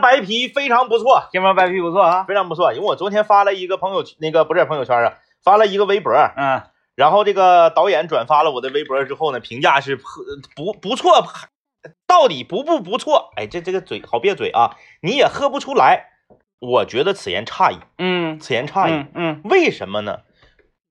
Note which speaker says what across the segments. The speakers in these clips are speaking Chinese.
Speaker 1: 白皮非常不错，
Speaker 2: 这帮白皮不错啊。
Speaker 1: 非常不错。因为我昨天发了一个朋友那个不是朋友圈啊，发了一个微博，
Speaker 2: 嗯，
Speaker 1: 然后这个导演转发了我的微博之后呢，评价是破不不错，到底不不不错。哎，这这个嘴好别嘴啊，你也喝不出来。我觉得此言差矣，
Speaker 2: 嗯
Speaker 1: 此言差矣。
Speaker 2: 嗯嗯
Speaker 1: 为什么呢？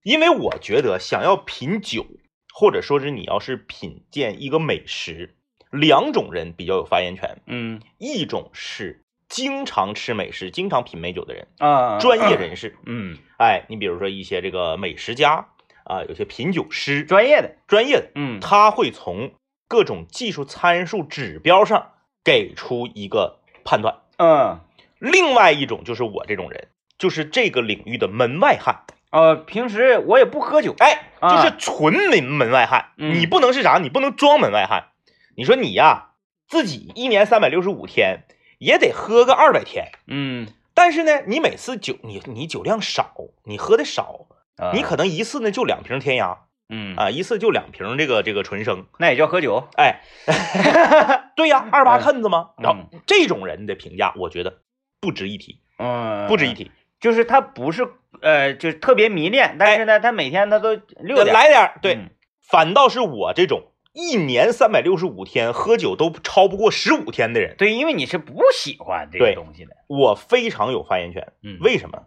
Speaker 1: 因为我觉得想要品酒，或者说是你要是品鉴一个美食，两种人比较有发言权，
Speaker 2: 嗯
Speaker 1: 一种是经常吃美食、经常品美酒的人，
Speaker 2: 啊，
Speaker 1: 专业人士。
Speaker 2: 嗯
Speaker 1: 哎，你比如说一些这个美食家啊、有些品酒师，
Speaker 2: 专业的
Speaker 1: 专业的，
Speaker 2: 嗯
Speaker 1: 他会从各种技术参数指标上给出一个判断。
Speaker 2: 嗯
Speaker 1: 另外一种就是我这种人，就是这个领域的门外汉，
Speaker 2: 呃，平时我也不喝酒，
Speaker 1: 哎，就
Speaker 2: 啊
Speaker 1: 是纯门门外汉。
Speaker 2: 嗯
Speaker 1: 你不能是啥？你不能装门外汉。你说你呀、自己一年三百六十五天也得喝个二百天，
Speaker 2: 嗯，
Speaker 1: 但是呢，你每次酒你你酒量少，你喝的少，
Speaker 2: 啊
Speaker 1: 你可能一次呢就两瓶天涯
Speaker 2: 嗯，
Speaker 1: 啊，一次就两瓶这个这个纯生。
Speaker 2: 那也叫喝酒，
Speaker 1: 哎，对呀，二八坑子吗？
Speaker 2: 嗯
Speaker 1: 然后这种人的评价，我觉得不值一提，
Speaker 2: 嗯，
Speaker 1: 不值一，提。
Speaker 2: 就是他不是呃，就是特别迷恋，但是呢，他每天他都六点
Speaker 1: 哎来点儿，对
Speaker 2: 嗯，
Speaker 1: 反倒是我这种一年三百六十五天喝酒都超不过十五天的人，
Speaker 2: 对，因为你是不喜欢这
Speaker 1: 对
Speaker 2: 个东西的，
Speaker 1: 我非常有发言权。
Speaker 2: 嗯，
Speaker 1: 为什么？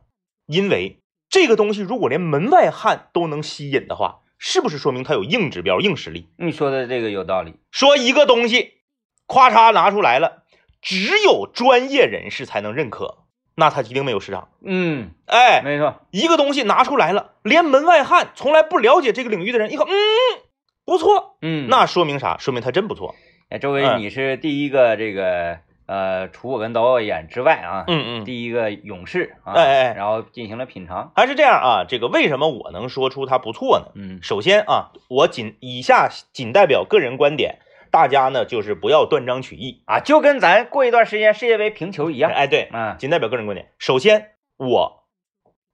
Speaker 1: 因为这个东西如果连门外汉都能吸引的话，是不是说明它有硬指标、硬实力？
Speaker 2: 你说的这个有道理，
Speaker 1: 说一个东西，咔嚓拿出来了，只有专业人士才能认可，那它一定没有市场。
Speaker 2: 嗯，
Speaker 1: 哎，
Speaker 2: 没错，
Speaker 1: 一个东西拿出来了，连门外汉从来不了解这个领域的人一看，嗯，不错，
Speaker 2: 嗯，
Speaker 1: 那说明啥？说明他真不错。
Speaker 2: 哎周围
Speaker 1: 嗯
Speaker 2: 你是第一个这个呃，除我跟导演之外啊，
Speaker 1: 嗯嗯，
Speaker 2: 第一个勇士啊，
Speaker 1: 哎哎哎
Speaker 2: 然后进行了品尝，
Speaker 1: 还是这样啊。这个为什么我能说出他不错呢？
Speaker 2: 嗯
Speaker 1: 首先啊，我仅以下仅代表个人观点，大家呢就是不要断章取义。
Speaker 2: 啊，就跟咱过一段时间世界杯评球一样，
Speaker 1: 哎，对，
Speaker 2: 啊，
Speaker 1: 仅代表个人观点。首先，我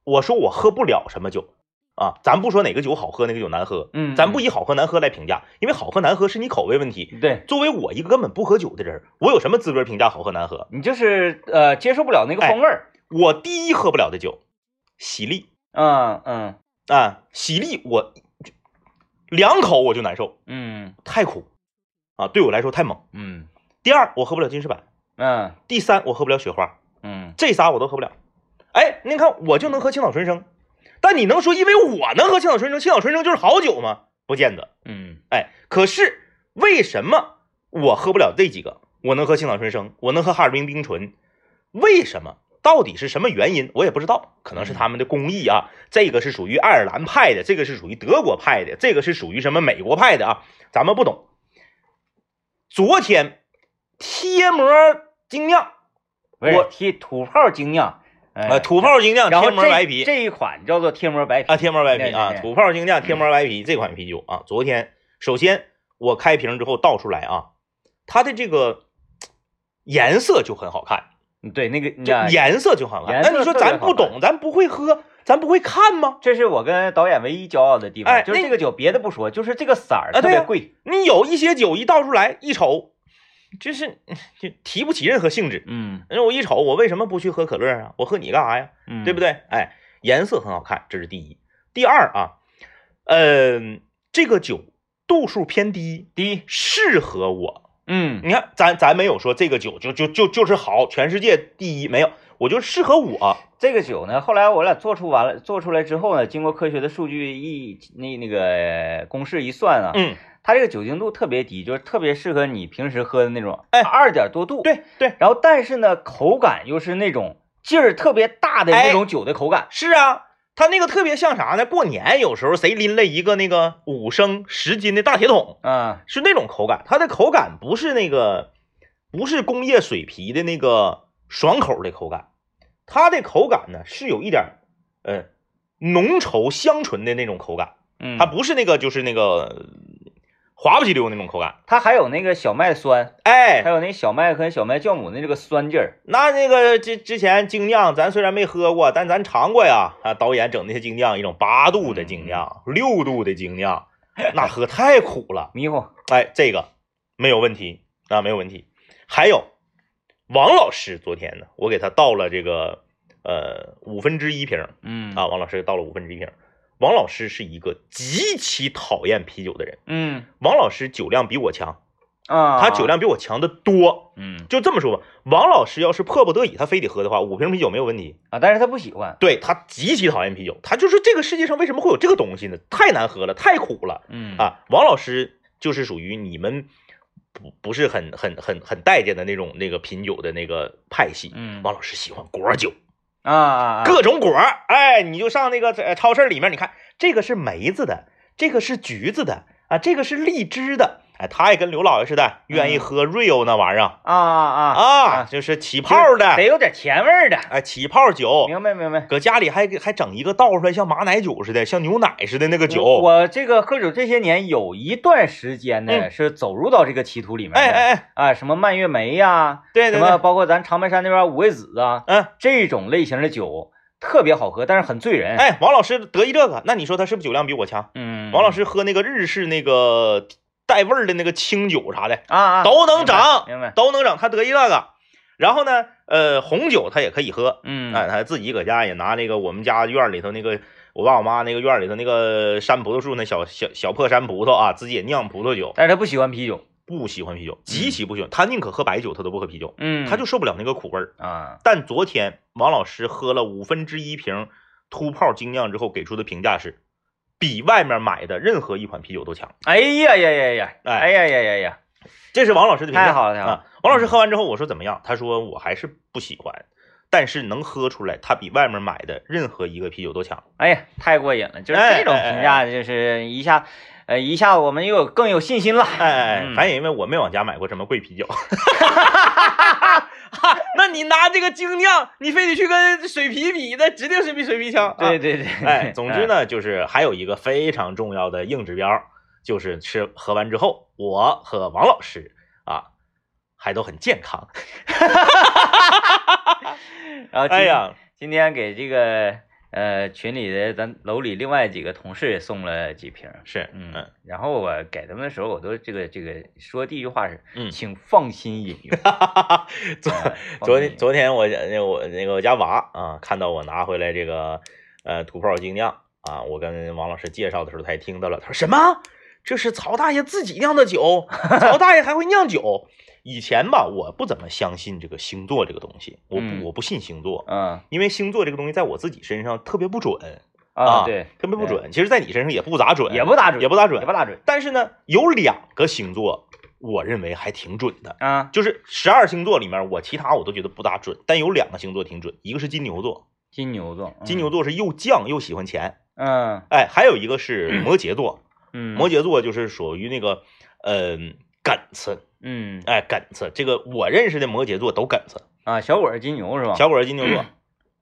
Speaker 1: 我说我喝不了什么酒啊，咱不说哪个酒好喝，哪个酒难喝，
Speaker 2: 嗯，
Speaker 1: 咱不以好喝难喝来评价，因为好喝难喝是你口味问题。
Speaker 2: 对。
Speaker 1: 作为我一个根本不喝酒的人，我有什么资格评价好喝难喝？
Speaker 2: 你就是呃接受不了那
Speaker 1: 哎
Speaker 2: 个风味儿，
Speaker 1: 我第一喝不了的酒，喜力
Speaker 2: 嗯嗯
Speaker 1: 啊，喜力我两口我就难受，
Speaker 2: 嗯
Speaker 1: 太苦啊，对我来说太猛。
Speaker 2: 嗯
Speaker 1: 第二，我喝不了金士板；
Speaker 2: 嗯
Speaker 1: 第三，我喝不了雪花，
Speaker 2: 嗯
Speaker 1: 这仨我都喝不了。哎，您看我就能喝青岛纯生，但你能说因为我能喝青岛纯生，青岛纯生就是好酒吗？不见得。
Speaker 2: 嗯
Speaker 1: 哎，可是为什么我喝不了这几个？我能喝青岛纯生，我能喝哈尔滨冰醇，为什么？到底是什么原因？我也不知道，可能是他们的工艺啊，这个是属于爱尔兰派的，这个是属于德国派的，这个是属于什么美国派的啊？咱们不懂。昨天贴膜精酿，
Speaker 2: 不是
Speaker 1: 我
Speaker 2: 贴土炮精酿，
Speaker 1: 呃，
Speaker 2: 呃
Speaker 1: 土炮精酿
Speaker 2: 然后
Speaker 1: 贴
Speaker 2: 这
Speaker 1: 膜白啤
Speaker 2: 这一款叫做贴膜白啤
Speaker 1: 啊，贴膜白啤啊，
Speaker 2: 对对对嗯
Speaker 1: 土炮精酿贴膜白啤这款啤酒啊，昨天首先我开瓶之后倒出来啊，它的这个颜色就很好看，
Speaker 2: 对那个
Speaker 1: 就
Speaker 2: 呀
Speaker 1: 颜色就很好看。
Speaker 2: 颜
Speaker 1: 那
Speaker 2: 色
Speaker 1: 你说
Speaker 2: 特别
Speaker 1: 咱
Speaker 2: 好
Speaker 1: 不懂，咱不会喝，咱不会看吗？
Speaker 2: 这是我跟导演唯一骄傲的地
Speaker 1: 哎
Speaker 2: 方，就是
Speaker 1: 那
Speaker 2: 这个酒别的不说，就是这个色儿
Speaker 1: 啊
Speaker 2: 特
Speaker 1: 对呀
Speaker 2: 别贵，
Speaker 1: 你有一些酒一倒出来一瞅，就是 就提不起任何兴致。
Speaker 2: 嗯
Speaker 1: 那我一瞅，我为什么不去喝可乐啊？我喝你干啥呀？
Speaker 2: 嗯，
Speaker 1: 对不？对？哎，颜色很好看，这是第一。第二啊，嗯、这个酒度数偏低，
Speaker 2: 第一，
Speaker 1: 适合我。
Speaker 2: 嗯
Speaker 1: 你看，咱咱没有说这个酒就就就就是好，全世界第一没有，我就适合我。
Speaker 2: 这个酒呢，后来我俩做出完了，做出来之后呢，经过科学的数据一那那个公式一算啊，
Speaker 1: 嗯，
Speaker 2: 它这个酒精度特别低，就是特别适合你平时喝的那种，
Speaker 1: 哎
Speaker 2: 二点多度。，
Speaker 1: 对对，
Speaker 2: 然后但是呢，口感又是那种劲儿特别大的
Speaker 1: 哎
Speaker 2: 那种酒的口感。
Speaker 1: 是啊，它那个特别像啥呢？过年有时候谁拎了一个那个五升十斤的大铁桶，
Speaker 2: 嗯
Speaker 1: 是那种口感，它的口感不是那个不是工业水啤的那个爽口的口感，它的口感呢是有一点儿，呃，浓稠香醇的那种口感，
Speaker 2: 嗯，
Speaker 1: 它不是那个就是那个呃滑不叽溜那种口感，
Speaker 2: 它还有那个小麦酸，
Speaker 1: 哎
Speaker 2: 还，有那小麦和小麦酵母的这个酸劲儿。
Speaker 1: 那那个之之前精酿，咱虽然没喝过，但咱尝过呀。啊，导演整那些精酿，一种八度的
Speaker 2: 嗯
Speaker 1: 精酿、六度的精酿，那喝太苦了。
Speaker 2: 迷糊，
Speaker 1: 哎，这个没有问题啊，没有问题。还有，王老师昨天呢，我给他倒了这个呃五分之一瓶儿
Speaker 2: 嗯
Speaker 1: 啊，王老师倒了五分之一瓶儿。王老师是一个极其讨厌啤酒的人，
Speaker 2: 嗯
Speaker 1: 王老师酒量比我强，
Speaker 2: 啊，
Speaker 1: 他酒量比我强的多。
Speaker 2: 嗯
Speaker 1: 就这么说吧，王老师要是迫不得已，他非得喝的话，五瓶啤酒没有问题。
Speaker 2: 啊，但是他不喜欢，
Speaker 1: 对他极其讨厌啤酒，他就说这个世界上为什么会有这个东西呢？太难喝了，太苦了
Speaker 2: 嗯
Speaker 1: 啊！王老师就是属于你们不不是很很很很待见的那种那个品酒的那个派系。
Speaker 2: 嗯
Speaker 1: 王老师喜欢果酒，
Speaker 2: 啊啊，啊
Speaker 1: 各种果儿，哎，你就上那个呃超市里面，你看这个是梅子的，这个是橘子的啊，这个是荔枝的，哎，他也跟刘老爷似的，愿意喝 Rio 那玩意儿、
Speaker 2: 嗯啊啊啊，
Speaker 1: 啊，就是起泡的
Speaker 2: 得，有点前味儿的，
Speaker 1: 哎，起泡酒，
Speaker 2: 明白明白。
Speaker 1: 搁家里还给还整一个倒出来像马奶酒似的，像牛奶似的那个酒。
Speaker 2: 我我这个喝酒这些年有一段时间呢，
Speaker 1: 嗯
Speaker 2: 是走入到这个歧途里面的，
Speaker 1: 哎哎哎，
Speaker 2: 啊，什么蔓越莓呀、
Speaker 1: 对对
Speaker 2: 什么
Speaker 1: 对，
Speaker 2: 包括咱长白山那边五味子啊，
Speaker 1: 嗯，
Speaker 2: 这种类型的酒特别好喝，但是很醉人。
Speaker 1: 哎，王老师得意这个，那你说他是不是酒量比我强？
Speaker 2: 嗯，
Speaker 1: 王老师喝那个日式那个带味儿的那个清酒啥的
Speaker 2: 啊啊，
Speaker 1: 都能整，
Speaker 2: 明白，明白
Speaker 1: 都能整，他得意这个。然后呢，呃，红酒他也可以喝，
Speaker 2: 嗯，
Speaker 1: 哎，他自己搁家也拿那个我们家院儿里头那个我爸我妈那个院儿里头那个山葡萄树那小小小破山葡萄啊，自己也酿葡萄酒，
Speaker 2: 但是他不喜欢啤酒，
Speaker 1: 不喜欢啤酒，极其不喜欢，他宁可喝白酒，他都不喝啤酒。
Speaker 2: 嗯，
Speaker 1: 他就受不了那个苦味儿。
Speaker 2: 啊，
Speaker 1: 但昨天王老师喝了五分之一瓶突泡精酿之后给出的评价是，比外面买的任何一款啤酒都强。
Speaker 2: 哎呀呀呀呀，
Speaker 1: 哎
Speaker 2: 哎呀呀呀呀，
Speaker 1: 这是王老师的评价。
Speaker 2: 太好了太好了
Speaker 1: 啊！王老师喝完之后，我说怎么样？他说我还是不喜欢，但是能喝出来，它比外面买的任何一个啤酒都强。
Speaker 2: 哎呀，太过瘾了，就是
Speaker 1: 哎
Speaker 2: 这种
Speaker 1: 哎哎
Speaker 2: 评价，就是一下，呃，一下我们又有更有信心了。
Speaker 1: 哎哎，哎
Speaker 2: 嗯
Speaker 1: 反正也因为我没往家买过什么贵 啤酒。哈，啊那你拿这个精酿，你非得去跟水啤比，那指定是比水啤强。
Speaker 2: 对对 对，
Speaker 1: 哎，总之呢，就是还有一个非常重要的硬指标，就是吃喝完之后，我和王老师啊，还都很健康。
Speaker 2: 嗯，然后今
Speaker 1: 哎，呀，
Speaker 2: 今天给这个呃群里的咱楼里另外几个同事也送了几瓶，
Speaker 1: 是，嗯
Speaker 2: 嗯，然后我给他们的时候，我都这个这个说第一句话是，
Speaker 1: 嗯
Speaker 2: 请放心饮 用。
Speaker 1: 昨
Speaker 2: 哎
Speaker 1: 昨
Speaker 2: 放心饮
Speaker 1: 天
Speaker 2: 用
Speaker 1: 昨天我那我那个我家娃啊，看到我拿回来这个呃土炮精酿啊，我跟王老师介绍的时候，他也听到了，他说什么？这是曹大爷自己酿的酒，曹大爷还会酿酒。 以前吧，我不怎么相信这个星座这个东西，我
Speaker 2: 嗯
Speaker 1: 不我不信星座，
Speaker 2: 嗯
Speaker 1: 因为星座这个东西在我自己身上特别不准
Speaker 2: 啊，对，
Speaker 1: 特别不准。其实，在你身上也不咋准，
Speaker 2: 也不大准，
Speaker 1: 也不大准
Speaker 2: 也不。大准
Speaker 1: 但是呢，有两个星座，我认为还挺准的，
Speaker 2: 啊。
Speaker 1: 就是十二星座里面，我其他我都觉得不大准，但有两个星座挺准，一个是金牛座，
Speaker 2: 金牛座，嗯
Speaker 1: 金牛，座是又犟又喜欢钱，
Speaker 2: 嗯
Speaker 1: 哎，还有一个是摩羯座，
Speaker 2: 嗯，
Speaker 1: 摩，羯座就是属于那个，嗯、梗子，
Speaker 2: 嗯
Speaker 1: 哎，梗子，这个我认识的摩羯座都梗子，
Speaker 2: 啊，小伙儿金牛是吧？
Speaker 1: 小伙儿金牛座，嗯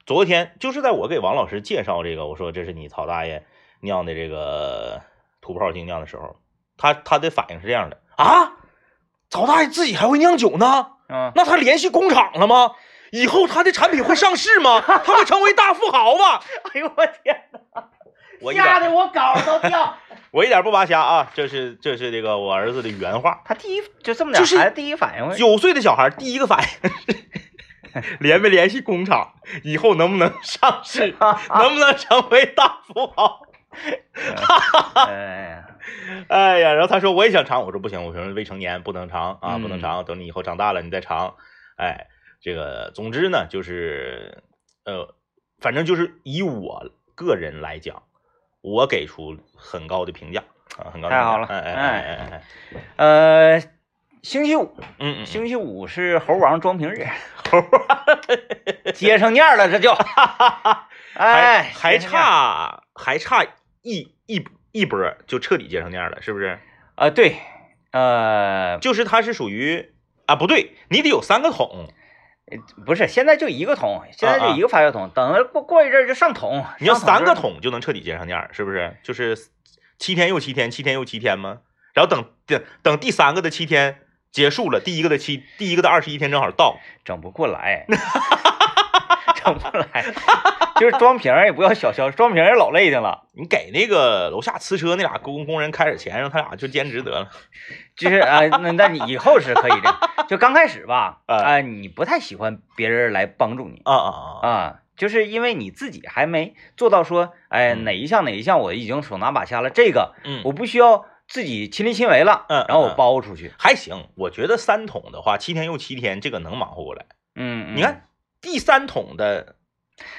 Speaker 1: 昨天就是在我给王老师介绍这个，我说这是你曹大爷酿的这个土炮精酿的时候，他他的反应是这样的啊，曹大爷自己还会酿酒呢？
Speaker 2: 嗯，
Speaker 1: 那他联系工厂了吗？以后他的产品会上市吗？他会成为大富豪吗？
Speaker 2: 哎呦我天，
Speaker 1: 我一
Speaker 2: 吓
Speaker 1: 点
Speaker 2: 得我稿儿都掉。
Speaker 1: 我一点不拔瞎啊，这是这是这个我儿子的原话。
Speaker 2: 他第一就这么点儿
Speaker 1: 就是
Speaker 2: 孩子第一反应会，
Speaker 1: 九岁的小孩第一个反应是 联没联系工厂，以后能不能上市，能不能成为大富豪？啊
Speaker 2: 哎呀，
Speaker 1: 哎呀，然后他说我也想尝，我说不行，我说未成年不能尝啊，
Speaker 2: 嗯
Speaker 1: 不能尝，等你以后长大了你再尝。哎，这个总之呢，就是呃，反正就是以我个人来讲，我给出很高的评价啊，很高的评价。
Speaker 2: 太好了
Speaker 1: 哎哎哎哎哎，
Speaker 2: 呃，星期五，
Speaker 1: 嗯嗯嗯，
Speaker 2: 星期五是猴王装瓶日，猴 接上念儿了，这就，
Speaker 1: 还
Speaker 2: 哎，
Speaker 1: 还
Speaker 2: 接上念儿
Speaker 1: 差
Speaker 2: 啊、
Speaker 1: 还差一一一波就彻底接上面了，是不是？
Speaker 2: 对，呃，
Speaker 1: 就是它是属于啊，不对，你得有三个桶，
Speaker 2: 不是，现在就一个桶，现在
Speaker 1: 啊
Speaker 2: 就
Speaker 1: 啊
Speaker 2: 一个发酵桶，等着过过一阵儿就上桶，
Speaker 1: 你要
Speaker 2: 上桶
Speaker 1: 三
Speaker 2: 就
Speaker 1: 个桶就能彻底接上面儿，是不是？就是七天又七天，七天又七天吗？然后等等等第三个的七天结束了，第一个的七，第一个的二十一天正好到，
Speaker 2: 整不过来，整不来，就是装瓶儿也不要小销，装瓶儿老累的了。
Speaker 1: 你给那个楼下呲车那俩工工人开点钱，让他俩就兼职得了。
Speaker 2: 就是啊、那那你以后是可以的，就刚开始吧，
Speaker 1: 啊
Speaker 2: 啊、你不太喜欢别人来帮助你
Speaker 1: 啊啊啊！
Speaker 2: 啊、就是因为你自己还没做到说，哎，
Speaker 1: 嗯
Speaker 2: 哪一项哪一项我已经手拿把掐了，这个
Speaker 1: 嗯，
Speaker 2: 我不需要自己亲力亲为了，
Speaker 1: 嗯
Speaker 2: 然后我包出去，
Speaker 1: 还行，我觉得三桶的话，七天又七天，这个能忙活过来。
Speaker 2: 嗯，嗯
Speaker 1: 你看第三桶的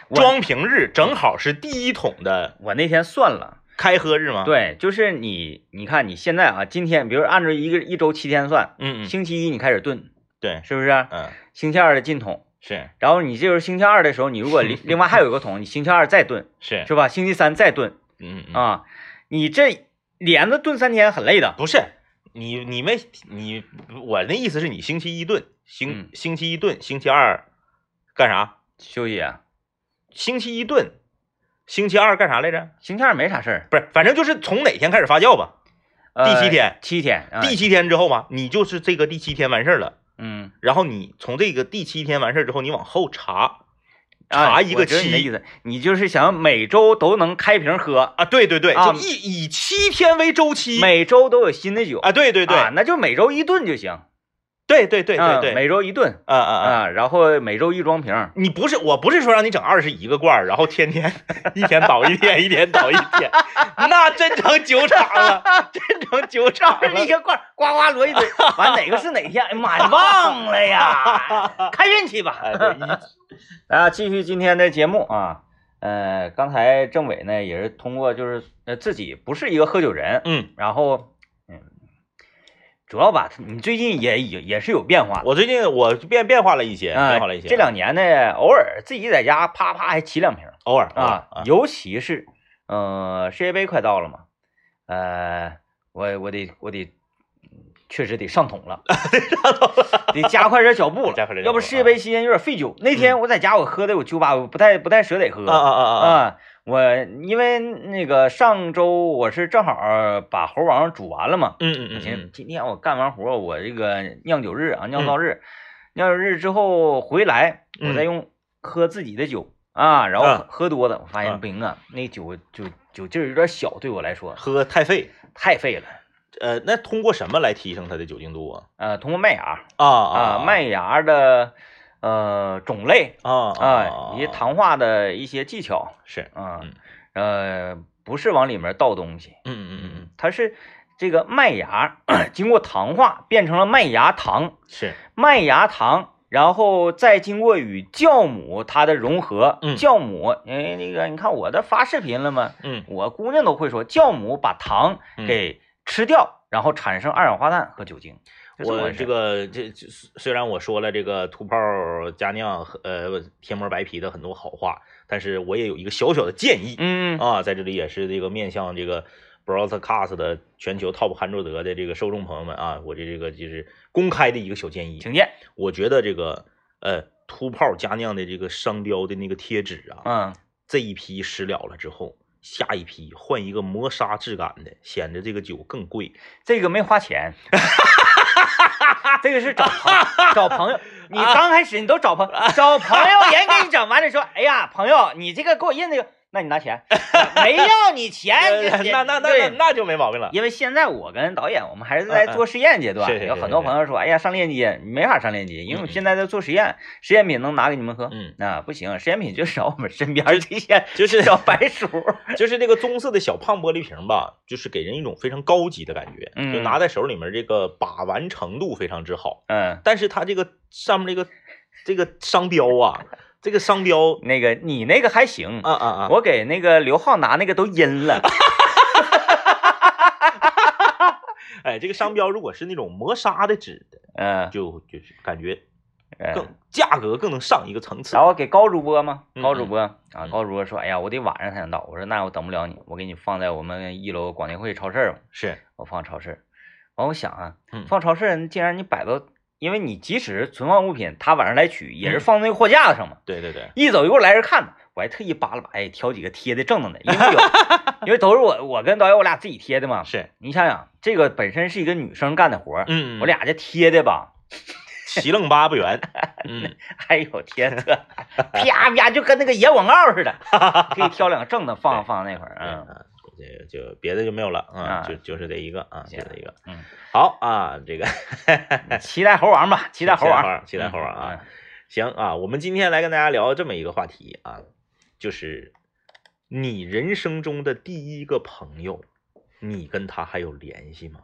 Speaker 2: 我
Speaker 1: 装瓶日，正好是第一桶的
Speaker 2: 我那天算了，
Speaker 1: 开喝日吗？，
Speaker 2: 对，就是你，你看你现在啊，今天比如按照一个一周七天算，
Speaker 1: 嗯嗯，
Speaker 2: 星期一你开始炖，
Speaker 1: 对，
Speaker 2: 是不是？
Speaker 1: 嗯
Speaker 2: 星期二的进桶，
Speaker 1: 是
Speaker 2: 然后你这就是星期二的时候，你如果另另外还有一个桶，你星期二再 炖，
Speaker 1: 是
Speaker 2: 是吧？星期三再炖
Speaker 1: 嗯嗯，
Speaker 2: 啊，你这连着炖三天很累的。
Speaker 1: 不是。你你没你我那意思是你星期一炖，星
Speaker 2: 嗯
Speaker 1: 星期一炖，星期二干啥？
Speaker 2: 休息啊，
Speaker 1: 星期一炖，星期二干啥来着？
Speaker 2: 星期二没啥事儿，
Speaker 1: 不是，反正就是从哪天开始发酵吧？
Speaker 2: 呃
Speaker 1: 第七天，
Speaker 2: 七天，啊
Speaker 1: 第七天之后吧，你就是这个第七天完事儿了。
Speaker 2: 嗯，
Speaker 1: 然后你从这个第七天完事儿之后，你往后查
Speaker 2: 啊
Speaker 1: 查一个
Speaker 2: 我知道你的
Speaker 1: 期
Speaker 2: 意思，你就是想每周都能开瓶喝，
Speaker 1: 啊，对对对，
Speaker 2: 啊
Speaker 1: 就以以七天为周期，
Speaker 2: 每周都有新的酒，
Speaker 1: 啊，对对对
Speaker 2: 啊，那就每周一顿就行，
Speaker 1: 对对对
Speaker 2: 啊
Speaker 1: 对对，
Speaker 2: 每周一顿
Speaker 1: 啊啊啊！
Speaker 2: 啊，然后每周一装 瓶儿，
Speaker 1: 你不是我不是说让你整二十一个罐儿，然后天天一天倒一天，一天倒一天，那真成酒厂了，真成酒厂
Speaker 2: 一
Speaker 1: 了。
Speaker 2: 些罐儿呱呱 摞一堆，完哪个是哪天？哎呀妈呀，忘 了呀，看运气吧。
Speaker 1: 哎，对， 一
Speaker 2: 啊，继续今天的节目啊，呃，刚才政委呢也是通过就是呃自己不是一个喝酒人，
Speaker 1: 嗯，
Speaker 2: 然后嗯，主要吧，你最近也也也是有变化
Speaker 1: 我最近我变变化了一些，
Speaker 2: 啊、
Speaker 1: 变化了一些，
Speaker 2: 这两年呢，偶尔自己在家啪啪还起两瓶
Speaker 1: 偶尔
Speaker 2: 啊，
Speaker 1: 啊，
Speaker 2: 尤其是呃世界杯快到了嘛，呃，我我得我得。确实得上桶了，得加快点脚步了，
Speaker 1: 加快点脚步啊嗯
Speaker 2: 要不世界杯期间有点费酒。那天我在家，我喝的我酒吧，我不太不太舍得喝
Speaker 1: 啊啊啊啊，
Speaker 2: 啊，我因为那个上周我是正好呃把猴王煮完了嘛，
Speaker 1: 嗯嗯嗯
Speaker 2: 今
Speaker 1: 嗯，
Speaker 2: 今天我干完活，我这个酿酒日啊，酿造日，酿酒日之后回来，我再用喝自己的酒啊，然后
Speaker 1: 嗯
Speaker 2: 喝多了，我发
Speaker 1: 嗯
Speaker 2: 现不行啊，那酒酒酒劲儿有点小，对我来说
Speaker 1: 喝太费，
Speaker 2: 太费了。
Speaker 1: 呃，那通过什么来提升它的酒精度啊？
Speaker 2: 呃，通过麦芽
Speaker 1: 啊
Speaker 2: 啊，麦芽的呃种类
Speaker 1: 啊
Speaker 2: 啊，以及糖化的一些技巧
Speaker 1: 是，
Speaker 2: 啊
Speaker 1: 嗯，
Speaker 2: 呃，不是往里面倒东西，
Speaker 1: 嗯嗯嗯嗯
Speaker 2: 它是这个麦芽 经过糖化变成了麦芽糖，
Speaker 1: 是，
Speaker 2: 麦芽糖，然后再经过与酵母它的融合，
Speaker 1: 嗯
Speaker 2: 酵母，哎，那个你看我的发视频了吗？
Speaker 1: 嗯
Speaker 2: 我姑娘都会说，酵母把糖
Speaker 1: 嗯
Speaker 2: 给吃掉，然后产生二氧化碳和酒精。就么
Speaker 1: 我
Speaker 2: 回事
Speaker 1: 这个这这虽然我说了这个土炮加酿和呃贴膜白啤的很多好话，但是我也有一个小小的建议
Speaker 2: 嗯
Speaker 1: 啊，在这里也是这个面向这个 broadcast 的全球 top 汉州德的这个受众朋友们啊，我这这个就是公开的一个小建议，
Speaker 2: 请见，
Speaker 1: 我觉得这个呃土炮加酿的这个商标的那个贴纸啊，
Speaker 2: 嗯，
Speaker 1: 这一批食了了之后，下一批换一个磨砂质感的，显得这个酒更贵。，
Speaker 2: 这个没花钱， 这个是找朋找朋友。你刚开始你都找朋找朋友，人给你整完了说，哎呀，朋友，你这个给我印这个，那你拿钱，没要你钱
Speaker 1: 那那那那
Speaker 2: 哎对
Speaker 1: 那就没毛病了。
Speaker 2: 因为现在我跟导演，我们还是在做实验阶
Speaker 1: 啊嗯
Speaker 2: 段，
Speaker 1: 嗯是是
Speaker 2: 有
Speaker 1: 是
Speaker 2: 很多朋友说，哎呀，上链接没法上链接，因为我现在在做实验，实验品能拿给你们喝，
Speaker 1: 嗯，
Speaker 2: 那、不行，实验品就少我们身边这些
Speaker 1: 就是
Speaker 2: 小白鼠，
Speaker 1: 就是那个棕色的小胖玻璃瓶吧，就是给人一种非常高级的感觉，
Speaker 2: 嗯
Speaker 1: 就拿在手里面这个把玩程度非常之好。
Speaker 2: 嗯，
Speaker 1: 但是它这个上面这个这个商标啊，这个商标
Speaker 2: 那个你那个还行，
Speaker 1: 啊啊啊，
Speaker 2: 我给那个刘浩拿那个都阴了，
Speaker 1: 哎，这个商标如果是那种磨砂的纸的，
Speaker 2: 嗯，
Speaker 1: 就就是感觉
Speaker 2: 嗯
Speaker 1: 更价格更能上一个层次
Speaker 2: 然。后给高主播嘛，
Speaker 1: 嗯
Speaker 2: 高主播啊，
Speaker 1: 嗯
Speaker 2: 高主播说，哎呀，我得晚上才能到，我说那我等不了你，我给你放在我们一楼广电汇超市儿吧，
Speaker 1: 是，
Speaker 2: 我放超市。完，我想啊
Speaker 1: 嗯，
Speaker 2: 放超市，既然你摆到，因为你即使存放物品，他晚上来取也
Speaker 1: 嗯
Speaker 2: 是放那个货架子上嘛。
Speaker 1: 对对对，
Speaker 2: 一走一过来人看嘛，我还特意扒拉扒，哎，挑几个贴的正正的，因为有，因为都是我我跟导演我俩自己贴的嘛。
Speaker 1: 是，
Speaker 2: 你想想，这个本身是一个女生干的活儿，
Speaker 1: 嗯，
Speaker 2: 我俩这贴的吧，
Speaker 1: 七愣八不圆，嗯，
Speaker 2: 哎呦天呐，啪啪就跟那个野广告似的，可以挑两个正的放放那块儿，嗯。
Speaker 1: 啊，这就别的就没有了啊，
Speaker 2: 啊
Speaker 1: 就就是这一个啊，就这一个。
Speaker 2: 嗯，
Speaker 1: 好啊，这个
Speaker 2: 期待猴王吧，期待猴王，
Speaker 1: 期待猴王啊。
Speaker 2: 嗯，
Speaker 1: 行啊，我们今天来跟大家聊这么一个话题啊，就是你人生中的第一个朋友，你跟他还有联系吗？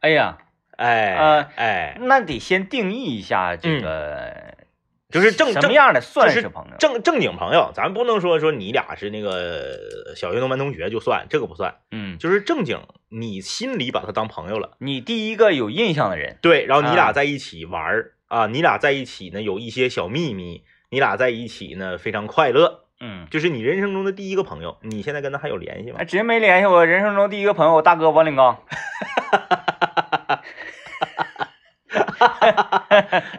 Speaker 2: 哎呀，
Speaker 1: 哎，
Speaker 2: 呃
Speaker 1: 哎，
Speaker 2: 那得先定义一下这个，
Speaker 1: 就是正
Speaker 2: 嗯什么
Speaker 1: 正
Speaker 2: 样的算
Speaker 1: 就是
Speaker 2: 是朋友？
Speaker 1: 正正经朋友，咱不能说说你俩是那个小学同班同学就算这个不算，
Speaker 2: 嗯，
Speaker 1: 就是正经你心里把他当朋友了，
Speaker 2: 你第一个有印象的人，
Speaker 1: 对，然后你俩
Speaker 2: 啊
Speaker 1: 在一起玩儿啊，你俩在一起呢有一些小秘密，你俩在一起呢非常快乐，
Speaker 2: 嗯，
Speaker 1: 就是你人生中的第一个朋友，你现在跟他还有联系吗
Speaker 2: 哎，？真没联系我人生中第一个朋友，我大哥王凌刚，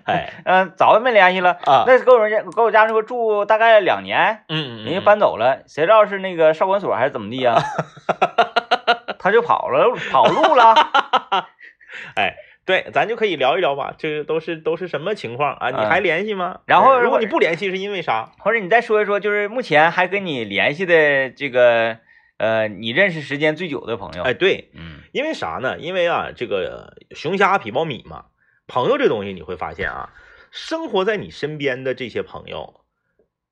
Speaker 1: 哎
Speaker 2: 嗯，早就没联系了。
Speaker 1: 啊，
Speaker 2: 那跟我们家跟我家那块住大概两年，
Speaker 1: 嗯嗯，
Speaker 2: 人家搬走了，谁知道是那个少管所还是怎么地 呀、他就跑了，跑路了。
Speaker 1: 对，咱就可以聊一聊吧，这都是都是什么情况啊？你
Speaker 2: 嗯
Speaker 1: 还联系吗？
Speaker 2: 然后
Speaker 1: 呃如果
Speaker 2: 如果
Speaker 1: 你不联系是因为啥？
Speaker 2: 或者你再说一说，就是目前还跟你联系的这个，呃，你认识时间最久的朋友。
Speaker 1: 哎，，对，
Speaker 2: 嗯
Speaker 1: 因为啥呢？因为啊，这个熊瞎皮苞米嘛，朋友这东西你会发现啊，生活在你身边的这些朋友，